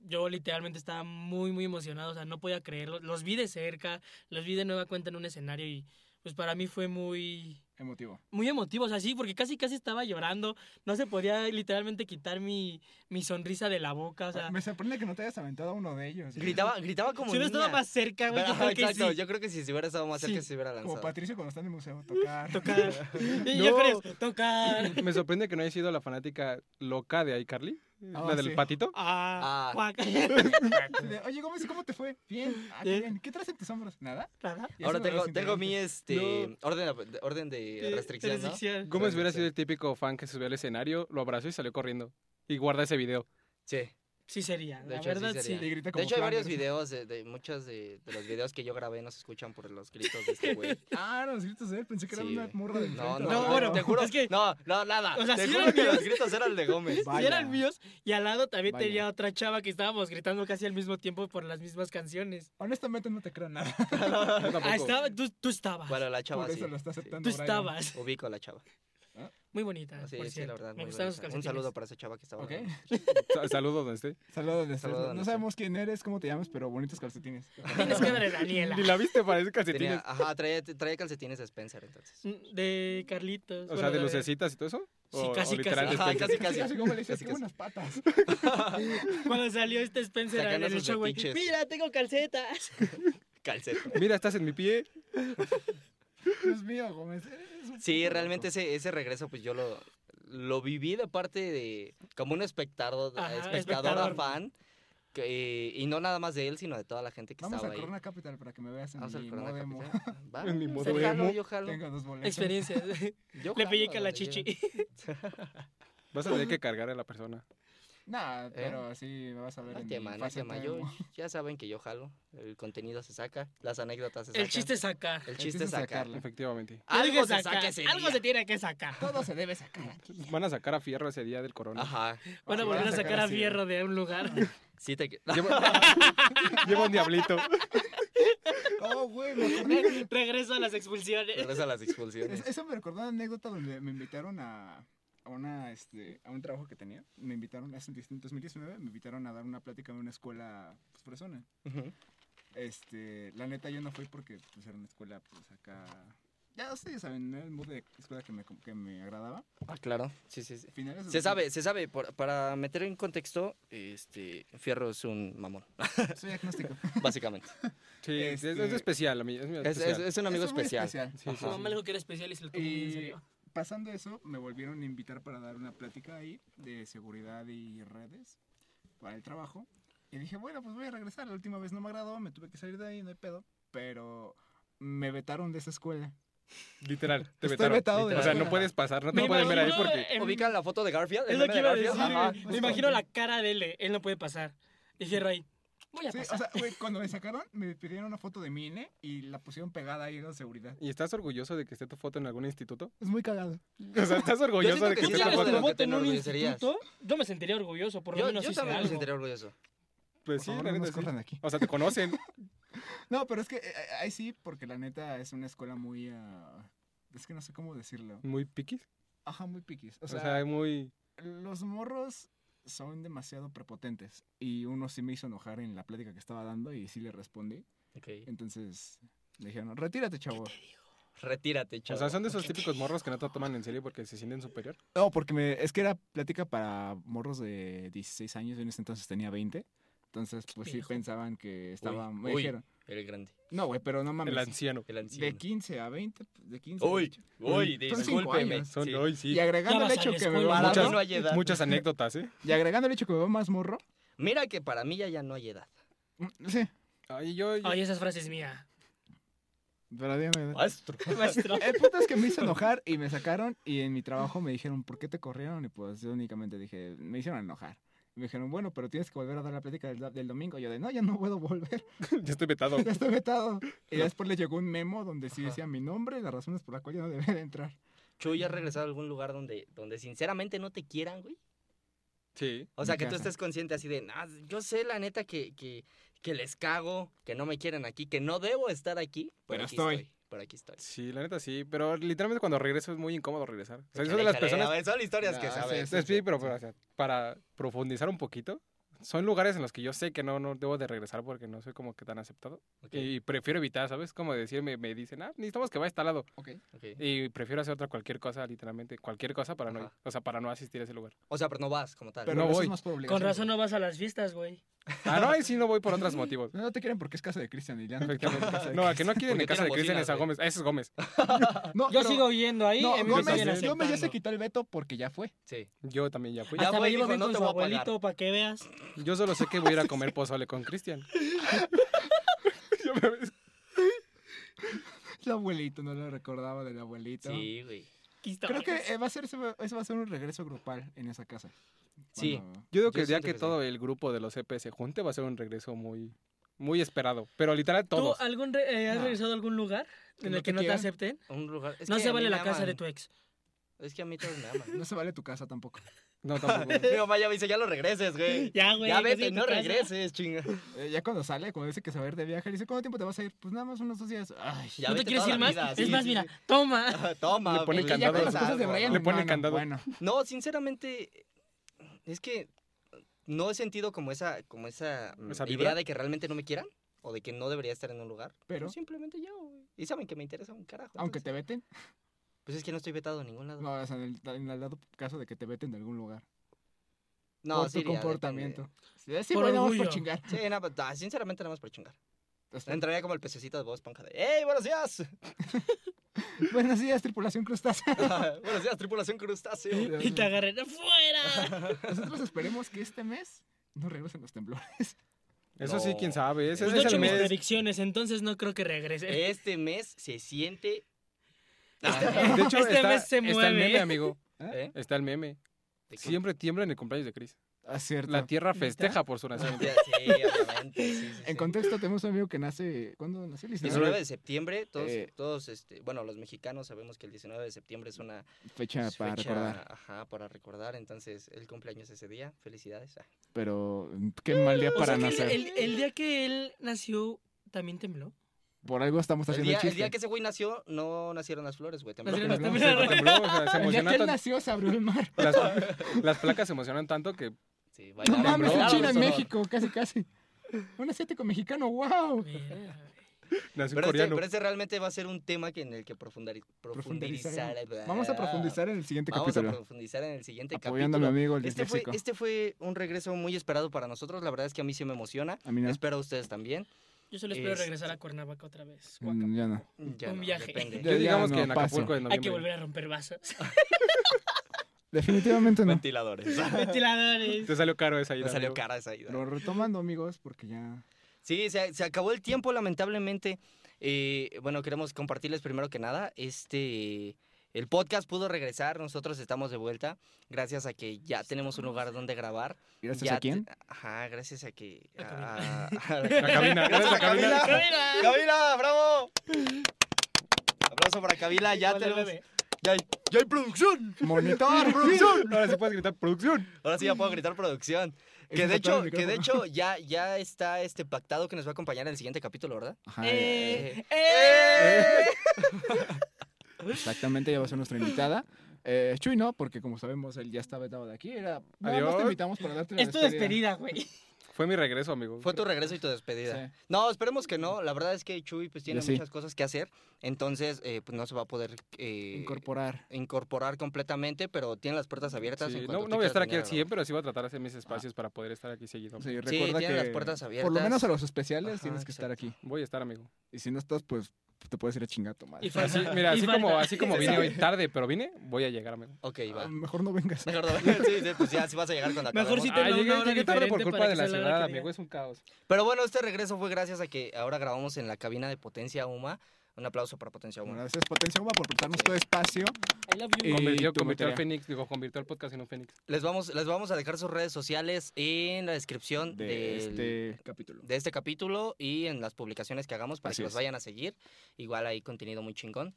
S3: yo literalmente estaba muy, muy emocionado. O sea, no podía creerlo. Los vi de cerca, los vi de nueva cuenta en un escenario y pues para mí fue muy
S2: Emotivo.
S3: muy emotivo, o sea, sí, porque casi casi estaba llorando, no se podía literalmente quitar mi, mi sonrisa de la boca, o sea,
S2: Me sorprende que no te hayas aventado uno de ellos. ¿eh? güey.
S1: Gritaba, gritaba como
S3: si no estaba
S1: niña.
S3: más cerca, Ah, güey, yo
S1: Ajá,
S3: creo que
S1: exacto,
S3: sí.
S1: yo creo que si se hubiera estado más cerca
S3: Sí.
S1: se hubiera
S2: Como
S1: lanzado.
S2: Patricio cuando está en el museo,
S1: [laughs]
S2: tocar. [laughs]
S3: Tocar. Y yo
S4: No.
S3: creo, tocar.
S4: [laughs] Me sorprende que no haya sido la fanática loca de iCarly,
S2: Ah,
S4: la del
S2: sí.
S4: patito.
S1: Ah.
S3: Ah, cuac.
S1: [laughs]
S2: Oye, Gómez, ¿cómo te fue? Bien. Ah, qué
S3: Bien.
S2: bien. ¿Qué traes en tus hombros? ¿Nada?
S3: Nada.
S2: Y
S1: Ahora
S2: eso de
S1: tengo,
S2: los
S1: tengo mi
S2: integrantes.
S1: este orden, de- orden de restricción, ¿no?
S3: Restricción.
S4: Gómez hubiera
S1: Exacto.
S4: sido el típico fan que subió al escenario, lo abrazó y salió corriendo. Y guarda
S1: [laughs]
S4: ese video.
S1: Sí.
S3: Sí sería,
S1: De
S3: la
S1: hecho, sí
S3: verdad sí.
S1: sería.
S2: Y grita como
S1: De hecho, hay varios
S2: Flanders.
S1: videos, de, de muchos de, de los videos que yo grabé no se escuchan por los gritos de este
S3: [laughs]
S1: güey.
S2: Ah, los gritos de él. Pensé que era
S1: Sí,
S2: una
S1: güey.
S2: morra de
S1: No, no,
S2: enfrente,
S3: No,
S1: no,
S2: güey.
S3: bueno,
S1: te juro.
S3: es que-
S1: No, no, nada.
S3: O sea,
S1: te
S3: sí
S1: juro
S3: eran
S1: que los
S3: míos.
S1: gritos eran de
S3: [laughs]
S1: Gómez.
S3: Y
S2: Vaya.
S3: eran míos y al lado también
S2: Vaya.
S3: tenía otra chava que estábamos gritando casi al mismo tiempo por las mismas canciones.
S2: Honestamente no te creo nada.
S4: Yo tampoco.
S3: Ah, estaba, tú, tú estabas.
S1: Bueno, la chava
S2: Por
S1: sí.
S2: eso lo está
S1: sí.
S2: aceptando.
S3: tú
S2: Brian.
S3: estabas.
S1: Ubico a la chava.
S3: Muy bonita,
S1: Ah, Sí,
S3: Ah, por
S1: sí, la
S3: cierto.
S1: verdad.
S3: Me
S1: muy
S3: gustaron sus
S1: bonita. Un
S3: calcetines.
S1: saludo para esa chava que estaba.
S2: Ok.
S1: grabando.
S4: Sa- Saludos
S1: [laughs]
S4: donde esté.
S2: Saludos, de
S1: Saludos,
S2: Saludos No
S1: Nestor.
S2: sabemos quién eres, cómo te llamas, pero
S1: [laughs]
S2: bonitos calcetines.
S3: [laughs] Tienes cara de Daniela.
S4: Ni la viste para ese
S1: Tenía,
S3: [laughs]
S4: calcetines.
S1: ajá, traía, traía calcetines de Spencer entonces.
S3: De Carlitos.
S4: O
S3: bueno,
S4: sea, de lucecitas y todo eso.
S3: Sí,
S4: O- o
S3: casi,
S4: literal
S3: casi.
S4: este, de
S1: Ajá,
S4: espejo.
S1: casi, casi.
S2: Así como le dices,
S1: Casi,
S2: qué
S1: casi.
S2: buenas
S1: [laughs]
S2: patas.
S3: Cuando salió este Spencer en
S1: Sacando
S3: el
S1: sus
S3: show, güey.
S1: fetiches.
S3: Mira,
S1: [laughs]
S3: tengo calcetas.
S1: Calcetines.
S4: [laughs] Mira, estás en mi pie.
S2: Dios mío, Gómez. eres un
S1: Sí,
S2: puto
S1: realmente
S2: loco.
S1: ese, ese regreso, pues yo lo, lo viví de parte de. como un espectador,
S3: Ajá,
S1: espectadora
S3: espectador.
S1: fan. que- y no nada más de él, sino de toda la gente que
S2: Vamos
S1: estaba
S2: al
S1: ahí.
S2: Corona Capital para que me veas en
S1: Vamos al
S2: mi
S1: Corona
S2: modemo.
S1: Capital.
S2: [laughs]
S1: Va,
S4: En mi
S1: yo
S4: modemo.
S1: jalo, Yo jalo.
S2: Tengo dos
S1: [laughs]
S2: boletos.
S3: Experiencias.
S1: Yo
S3: Le
S1: jalo
S3: pellica la
S1: donde
S3: chichi.
S1: llegue.
S4: Vas
S1: [laughs]
S4: a tener que cargar a la persona.
S2: Nah, pero así me vas a ver
S1: ¿Eh? No
S2: en
S1: hay tema,
S2: mi
S1: no hay
S2: faceta
S1: tema.
S2: emo.
S1: Yo, [laughs] ya saben que yo jalo. El contenido se saca, las anécdotas se sacan.
S3: El chiste es sacar.
S1: El chiste es sacarlo.
S4: Efectivamente.
S1: Algo se
S3: Tienes que sacar,
S1: saca ese
S3: Algo se
S1: día.
S3: tiene que sacar.
S2: Todo se debe sacar.
S4: Van a sacar a fierro ese día del corona.
S1: Ajá.
S3: Van a
S2: Sí,
S3: volver
S2: van
S3: a sacar a
S2: así. ¿eh?
S3: fierro de
S2: [laughs]
S3: un lugar. [laughs]
S1: Sí [laughs] te...
S4: [laughs] Lleva, lleva un diablito.
S2: Oh, güey, me acordé.
S3: Re- Regreso a las expulsiones.
S1: Regresa a las expulsiones.
S2: [laughs] Es- Eso me recordó una anécdota donde me invitaron a, a una, este, a un trabajo que tenía. Me invitaron, hace en 2019, me invitaron a dar una plática en una escuela pues, fresona.
S1: Ujú.
S2: Este, la neta yo no fui porque pues, era una escuela pues acá... Ya ustedes saben, no era el modo de escuela que me, que me agradaba.
S1: Ah, claro. Sí, sí, sí.
S2: Finales de
S1: Se
S2: 2000,
S1: sabe, se sabe. por- para meter en contexto, este, Fierro es un mamón, [laughs]
S2: [laughs] Soy agnóstico.
S1: básicamente.
S4: Sí, es- es,
S2: Este-
S4: especial, amigo. Es, mi
S1: es,
S4: especial.
S1: es- es un amigo
S2: Eso es muy
S1: especial.
S4: Sí, sí,
S1: Ajá.
S3: Su mamá
S4: sí.
S3: dijo que era especial y se lo tomó muy en
S2: Y
S3: serio.
S2: pasando eso, me volvieron a invitar para dar una plática ahí de seguridad y redes para el trabajo. Y dije, bueno, pues voy a regresar. La última vez no me agradó, me tuve que salir de ahí, no hay pedo. Pero me vetaron de esa escuela.
S4: Literal, te
S2: Estoy
S4: vetaron.
S2: vetado
S1: de
S4: o sea,
S1: la
S4: no
S1: escuela.
S4: puedes pasar, no te
S3: Me
S4: pueden ver ahí
S3: imagino
S4: porque
S3: en-
S1: ¿Ubican la foto de Garfield? ¿El
S3: Em, Es lo
S1: meme
S3: que
S1: de
S3: iba a
S1: Garfield?
S3: decir,
S1: Ajá.
S3: güey. Me imagino la cara de él. Él no puede pasar. Y Fierro ahí. Voy a
S2: Sí,
S3: pasar.
S2: o sea, güey, cuando me sacaron, me pidieron una foto de mi INE y la pusieron pegada ahí en la seguridad.
S4: ¿Y estás orgulloso de que esté tu foto en algún instituto? [laughs]
S2: Es muy cagado.
S4: O sea, ¿estás orgulloso
S1: siento
S4: de
S1: que
S4: que,
S1: sí es
S4: esté tu
S1: algo de
S4: foto?
S1: lo que te enorgullecerías.
S3: instituto, yo me sentiría orgulloso, por lo
S1: Yo,
S3: menos
S1: yo
S3: hice
S1: también me
S3: algo.
S1: sentiré orgulloso.
S4: Pues
S2: Por
S4: sí,
S2: favor,
S4: la
S2: no
S4: neta
S2: nos
S4: sí.
S2: corran de aquí.
S4: O sea, te conocen.
S2: No, pero es que eh, ahí sí, porque la neta es una escuela muy... ah, es que no sé cómo decirlo.
S4: Muy piquis.
S2: Ajá, muy piquis.
S4: O sea, muy.
S2: los morros son demasiado prepotentes. Y uno sí me hizo enojar en la plática que estaba dando y sí le respondí. Entonces me dijeron, retírate, chavo.
S1: Retírate,
S4: O
S1: chavo.
S4: sea, son de esos típicos morros que no te toman en serio porque se sienten superior.
S2: No, porque me, es que era plática para morros de 16 años. En ese entonces tenía 20. Entonces, pues sí
S3: pendejo.
S2: pensaban que estaba. me
S1: uy.
S2: dijeron,
S1: el grande,
S2: no, güey, pero no
S4: El
S2: mames.
S4: anciano.
S1: el
S2: De
S1: anciano.
S2: 15 a 20, de 15. a
S1: Uy,
S2: 18.
S1: uy,
S2: Son cinco
S1: discúlpeme.
S2: años.
S4: Son
S1: Sí.
S4: hoy, sí.
S2: Y agregando,
S3: Ya
S2: el
S3: vas a
S2: hecho
S3: la
S2: que me
S3: escuela.
S2: veo
S1: Para
S2: más,
S1: mí
S4: muchas-
S1: no hay edad.
S4: Muchas anécdotas, ¿eh?
S2: y agregando el hecho que me veo más morro,
S1: Mira que para mí ya, ya no hay
S3: [laughs]
S1: edad.
S2: mm, sí,
S4: Ay, yo, yo-
S3: Ay, esas frases mía. [laughs]
S2: pero dígame,
S1: Maestro.
S3: Maestro.
S2: El punto es que me hizo enojar y me sacaron y en mi trabajo me dijeron, ¿por qué te corrieron? Y pues yo únicamente dije, me hicieron enojar. Y me dijeron, bueno, pero tienes que volver a dar la plática del, del domingo. Y yo de, no, ya no puedo volver,
S4: [laughs]
S2: [laughs]
S4: yo estoy vetado.
S2: ya estoy vetado. Y ya después le llegó un memo donde sí
S1: Ajá.
S2: decía mi nombre y las razones por las cuales yo no debía de entrar.
S1: Chuy, ¿has regresado a algún lugar donde, donde sinceramente no te quieran, güey?
S4: Sí.
S1: O sea,
S2: Mi
S1: que tú
S2: casa.
S1: estés consciente así de, "Ah, yo sé la neta que, que, que les cago, que no me quieren aquí, que no debo estar aquí.
S2: Pero
S1: aquí
S2: estoy.
S1: Pero aquí estoy.
S4: Sí, la neta sí. Pero literalmente cuando regreso es muy incómodo regresar. O sea,
S1: Échale,
S4: eso de las
S1: échale,
S4: personas.
S1: a ver, son historias que
S2: Ah, sí,
S1: sabes.
S2: sí,
S4: Sí, pero, pero, o sea, para profundizar un poquito, o son lugares en los que yo sé que no, no debo de regresar porque no soy como que tan aceptado.
S1: Ok,
S4: Y prefiero evitar, ¿sabes? Como decirme, me dicen, ah, necesitamos que vayas a tal lado.
S2: Ok.
S1: ok.
S4: Y prefiero hacer otra cualquier cosa, literalmente, cualquier cosa para no ir.
S1: Ajá.
S4: O sea, para no asistir a ese lugar.
S1: O sea, pero no vas como tal.
S2: Pero
S4: No
S2: eso
S4: voy.
S2: es más por
S3: Con
S2: obligación,
S3: razón no vas a las fiestas, güey.
S4: Ah, no, y sí no voy por
S1: [laughs]
S4: otros motivos.
S2: güey. No te quieren porque es casa de Cristian y ya no te quieren en casa
S4: Efectivamente.
S2: de
S4: No, a que no
S1: Porque
S4: quieren en casa de
S1: tienen
S4: Cristian es a
S1: bocinas,
S4: Gómez. Ah, Ese es
S1: [laughs]
S4: Gómez.
S2: Cristian. No,
S3: Yo
S2: pero-
S3: sigo yendo ahí.
S2: No,
S3: en vez de
S2: Gómez,
S3: seguir
S4: siguen
S2: Gómez ya se
S3: aceptando.
S2: quitó el veto porque ya fue. [laughs]
S1: Sí.
S4: Yo también ya fui.
S1: Ya
S3: Hasta
S1: fue,
S3: me llevo
S1: dijo,
S3: bien
S1: "No
S3: con
S1: te
S3: su
S1: voy a pagar".
S3: abuelito, para que veas.
S4: Yo solo sé que voy a ir a comer pozole con Cristian. Yo me-
S2: El abuelito, no lo recordaba del abuelito.
S1: Sí, güey.
S2: Creo que eh, va a ser, ese va ese va a ser un regreso grupal en esa casa.
S1: Sí.
S2: Cuando-
S4: Yo digo que
S1: Yo
S4: el día
S1: siento
S4: que
S1: que sí.
S4: todo el grupo de los EP se junte va a ser un regreso muy, muy esperado. Pero literal
S3: ¿Tú
S4: todos.
S3: algún re- eh, has
S2: No.
S3: regresado a algún lugar
S2: Que
S3: en
S2: no
S3: el
S2: te
S3: que no te
S2: quieran.
S3: acepten?
S1: Un lugar. es
S3: No
S1: que
S3: se
S1: a
S3: vale
S1: mí
S3: la
S1: me
S3: casa de
S1: aman.
S3: tu ex.
S1: Es que a mí todos me aman. [laughs]
S2: No se vale tu casa tampoco.
S4: No, tampoco.
S3: [laughs]
S1: Mi mamá ya me dice, ya lo regreses, güey.
S3: Ya, güey.
S1: Ya
S3: que sí,
S1: vete,
S3: tu
S1: no
S3: casa.
S1: regreses, chinga. [laughs]
S2: Eh, ya cuando sale, cuando dice que se va a ir de viaje, le dice, ¿cuánto tiempo te vas a ir? Pues nada más unos dos días. Ay,
S1: Ya
S3: ¿No te
S1: vete
S3: quieres
S1: toda
S3: ir
S1: la
S3: más?
S1: vida,
S3: es
S1: sí,
S3: más,
S1: sí,
S3: mira,
S1: sí.
S3: toma.
S1: [laughs] Toma,
S4: Le pone
S1: pues, ya
S4: candado
S2: con
S4: a
S1: ves
S2: las cosas de
S1: algo,
S2: Brian,
S4: Le pone
S2: hermano,
S4: candado.
S2: Bueno,
S1: No, sinceramente, es que no he sentido como esa, como esa, mm,
S4: ¿Esa vibra?
S1: idea de que realmente no me quieran o de que no debería estar en un lugar.
S2: pero
S1: Pues simplemente yo, güey. Y saben que me interesa un carajo.
S2: aunque
S1: entonces,
S2: te veten,
S1: Pues es que no estoy vetado en ningún lado. No,
S2: no, o sea, en el, en el dado caso de que te veten de algún lugar.
S1: sí
S2: por tu
S1: iría, depende.
S2: comportamiento. Sí, sí,
S3: Por
S2: güey, nada más por
S3: orgullo.
S2: chingar.
S1: Sí, nada, más- ah, sinceramente nada más por chingar.
S2: Hasta-
S1: Entraría como el pececito de Bob Esponja de ¡Hey, buenos días!
S2: [laughs]
S1: [laughs]
S2: Buenos días, tripulación crustácea.
S1: buenos días, tripulación crustáceo.
S3: Y te
S1: [laughs]
S3: agarren
S1: Pues
S3: afuera.
S2: [laughs]
S3: Pues
S2: Nosotros esperemos que este mes no regresen los temblores.
S4: Eso sí,
S1: No.
S4: quién sabe. Ese
S1: Pues
S3: Pues
S4: es
S3: no he hecho
S4: el
S3: mis
S4: mes.
S3: predicciones, entonces no creo que regrese.
S1: Este mes se siente... Ah,
S4: De
S3: [laughs]
S4: hecho,
S3: Este
S4: está,
S3: mes se
S4: está el
S3: mueve.
S4: meme, amigo.
S1: ¿Eh?
S4: Está el meme.
S1: ¿De qué?
S4: Siempre tiembla en el cumpleaños de Chris.
S2: Ah, cierto.
S4: La tierra festeja
S1: [laughs]
S4: por su nacimiento.
S1: Sí, obviamente, sí, sí,
S2: En
S1: sí.
S2: contexto, tenemos un amigo que nace. ¿Cuándo nació?
S1: 19 de septiembre, todos,
S2: Eh.
S1: todos este, bueno, los mexicanos sabemos que el 19 de septiembre es una
S2: Fecha para
S1: fecha,
S2: recordar.
S1: ajá, para recordar, entonces el cumpleaños ese día, felicidades. Ah,
S2: Pero mm, qué mal día
S3: O
S2: para
S3: sea que el-
S2: nacer.
S3: el, el día que él nació, ¿también tembló.
S2: Por algo estamos
S1: El
S2: haciendo
S1: día,
S2: chistes.
S1: el día que ese güey nació, no nacieron las flores, güey, tembló.
S3: Nacieron las-
S2: tembló,
S4: Se
S3: tembló.
S4: contempló, o sea, se emocionó
S2: él
S4: tan-
S2: nació se abrió el mar.
S4: las, las placas se emocionan tanto que
S1: [laughs] Sí,
S2: No
S1: bailaron,
S2: mames, un
S1: bailaron,
S2: chino en
S1: sonó.
S2: México, casi casi. Un asiático mexicano, wow.
S3: Mira,
S4: nació un
S1: Pero este,
S4: coreano.
S1: pero este realmente va a ser un tema que en el que profundari- profundizar.
S2: Vamos a profundizar en el siguiente
S1: Vamos a
S2: capítulo.
S1: profundizar en el siguiente
S2: Apoyando a
S1: capítulo.
S2: mi amigo el
S1: Este fue,
S2: disléxico.
S1: este fue un regreso muy esperado para nosotros. La verdad es que a mí sí me emociona.
S2: A mí no.
S1: Espero a ustedes también.
S3: Yo solo espero
S1: Este-
S3: regresar a Cuernavaca otra vez.
S2: Mm, Ya no.
S1: Ya
S3: Un
S1: no,
S3: viaje.
S1: depende.
S4: Yo
S2: Ya,
S4: digamos
S2: ya
S4: que
S2: no,
S4: en
S2: paso.
S4: Acapulco de
S3: Hay
S4: noviembre.
S3: que volver a
S1: [laughs]
S3: romper vasos. [laughs]
S2: Definitivamente no.
S1: Ventiladores.
S3: Ventiladores.
S4: Te salió caro esa
S1: [laughs]
S4: idea.
S1: Me salió
S4: amigo.
S1: cara esa idea.
S2: Lo retomando, amigos, porque ya.
S1: Sí, se, se acabó el tiempo, lamentablemente. Eh, bueno, queremos compartirles primero que nada. Este. El podcast pudo regresar, nosotros estamos de vuelta, gracias a que ya tenemos un lugar donde grabar.
S2: Gracias
S1: Ya
S2: a quién.
S1: te- ajá, gracias a que.
S3: A
S1: a-
S4: La cabina, gracias a la cabina.
S1: Cabina.
S3: Mira.
S1: ¡Cabila,
S3: [laughs]
S1: bravo! Aplauso para Cabila, ah, ya
S3: Igual de
S1: tenemos.
S3: bebé.
S1: Ya hay, ya hay producción.
S2: Monitor,
S4: ¡Producción! Ahora sí puedes gritar producción.
S1: Ahora sí ya puedo gritar producción. Que de hecho, que de hecho ya, ya está este pactado que nos va a acompañar en el siguiente capítulo, ¿verdad?
S2: Ajá,
S3: Eh, eh.
S2: Exactamente, ella va a ser nuestra invitada. Eh, Chuy no, porque como sabemos, él ya está vetado de aquí. Era, nada más te
S4: Adiós.
S2: invitamos para darte la
S3: Es tu despedida, güey.
S4: Fue mi regreso, amigo.
S1: Fue tu regreso y tu despedida.
S2: Sí.
S1: No, esperemos que no. La verdad es que Chuy pues tiene
S2: Yo sí.
S1: muchas cosas que hacer. Entonces, eh, pues no se va a poder eh,
S2: Incorporar.
S1: incorporar completamente, pero tiene las puertas abiertas.
S4: Sí,
S1: en cuanto
S4: no,
S1: tú
S4: no voy a
S1: quieras
S4: estar aquí
S1: venir
S4: al
S1: a
S4: 100,
S1: grabar.
S4: pero sí voy a tratar de hacer mis espacios para poder estar aquí seguido.
S2: Sí,
S1: Sí,
S2: recuerda
S1: tiene
S2: que
S1: las puertas abiertas.
S2: por lo menos a los especiales
S1: Ajá,
S2: tienes que estar aquí.
S4: Voy a estar, amigo.
S2: Y si no estás, pues te puedes ir a chingar a tu madre.
S3: Y falta-
S4: Así, mira,
S3: y
S4: así
S3: falta-
S4: como,
S3: [laughs]
S4: así como
S2: Se
S4: vine
S2: sabe.
S4: hoy tarde, pero vine, voy a llegar, amigo.
S1: Ok,
S2: Ah,
S1: va.
S2: mejor no vengas.
S1: [laughs] Mejor no- sí, sí, pues ya sí vas a llegar cuando
S3: Mejor
S1: acabemos.
S3: sí te-
S4: Ay,
S3: una
S4: Ah, llegué,
S3: hora
S4: llegué tarde por
S3: diferente
S4: culpa
S3: para
S4: de
S3: que
S4: la
S3: sea la hora
S4: ciudad,
S3: que
S4: amigo.
S3: diga.
S4: Es un caos.
S1: Pero bueno, este regreso fue gracias a que ahora grabamos en la cabina de Potencia Uma. Un aplauso para Potencia
S2: Bueno,
S1: Uma.
S2: gracias, Potencia Uva, por prestarnos tu espacio.
S3: I love
S2: Y
S3: you.
S4: Convirtió,
S2: tu
S4: convirtió al
S2: batería.
S4: Fénix, digo, convirtió al podcast en un Fénix.
S1: Les vamos, les vamos a dejar sus redes sociales en la descripción
S2: de
S1: del-
S2: este capítulo.
S1: de este capítulo y en las publicaciones que hagamos para
S2: Así
S1: que los
S2: es.
S1: vayan a seguir. Igual hay contenido muy chingón.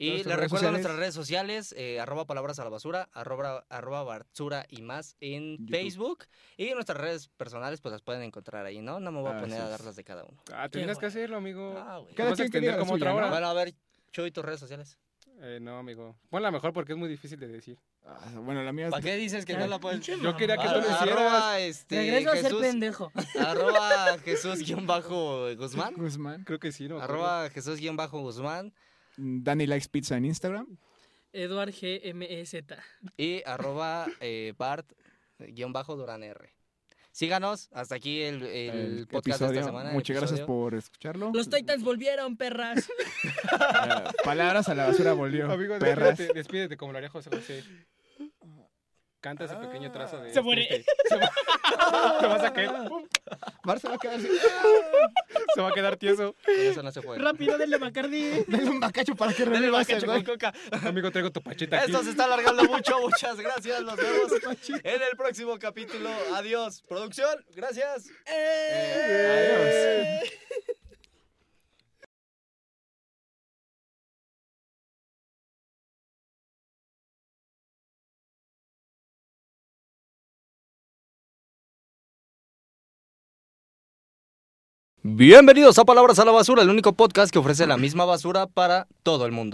S1: Y les
S2: Nuestras redes
S1: recuerdo
S2: sociales.
S1: nuestras redes sociales, eh, arroba palabras a la basura, arroba, arroba basura y más en
S2: YouTube.
S1: Facebook. Y nuestras redes personales pues las pueden encontrar ahí, ¿no? No me voy a
S2: Así
S1: poner a
S2: es.
S1: darlas de cada uno.
S4: Ah, tenías
S3: bueno.
S4: que hacerlo, amigo.
S1: Ah, güey.
S2: Cada
S4: Vas a
S2: quien que diga
S4: extender
S2: la
S4: como
S2: suya,
S4: otra
S2: ¿no?
S4: hora.
S1: Bueno, a ver, Chuy, tus redes sociales.
S4: Eh, no, amigo. Ponla mejor porque es muy difícil de decir.
S2: Ah, bueno, la mía
S1: ¿Para
S2: es...
S1: qué dices que no la puedes?
S3: Pinche Ah,
S4: Yo quería que tú
S1: Ar-
S4: lo hicieras.
S1: Ah, arroba, este,
S3: Regreso a ser
S1: Jesús-
S3: pendejo.
S1: Arroba Jesús guión bajo Guzmán.
S2: Guzmán.
S4: Creo que sí, ¿no? me acuerdo.
S1: Arroba Jesús guión bajo Guzmán.
S2: Dani Likes Pizza en Instagram.
S3: Eduard GMEZ.
S1: Y arroba eh, Bart guión bajo Duran R. Síganos. Hasta aquí el, el podcast de
S2: episodio.
S1: esta semana. el
S2: Muchas gracias
S1: episodio.
S2: por escucharlo.
S3: Los Titans volvieron, perras.
S2: Eh, palabras a la basura [laughs] volvió.
S4: Amigo,
S2: perras.
S4: despídete, despídete como lo haría José José. Canta ese pequeño trazo de.
S3: Se muere.
S4: triste. Se va, [laughs] te vas a caer. Pum.
S2: Mar se va a [laughs] quedar así.
S4: Se va a quedar tieso.
S1: Eso no se puede.
S3: Rápido, denle Macardi.
S2: Dale un bacacho para que
S1: Dale,
S2: relevase,
S1: vaca,
S2: güey.
S1: chocococa.
S4: Amigo, traigo tu pachita aquí.
S1: Esto se está alargando mucho. Muchas gracias. Nos vemos en el próximo capítulo. Adiós. Producción. Gracias.
S2: Eh, adiós.
S1: Bienvenidos a Palabras a la Basura, el único podcast que ofrece la misma basura para todo el mundo.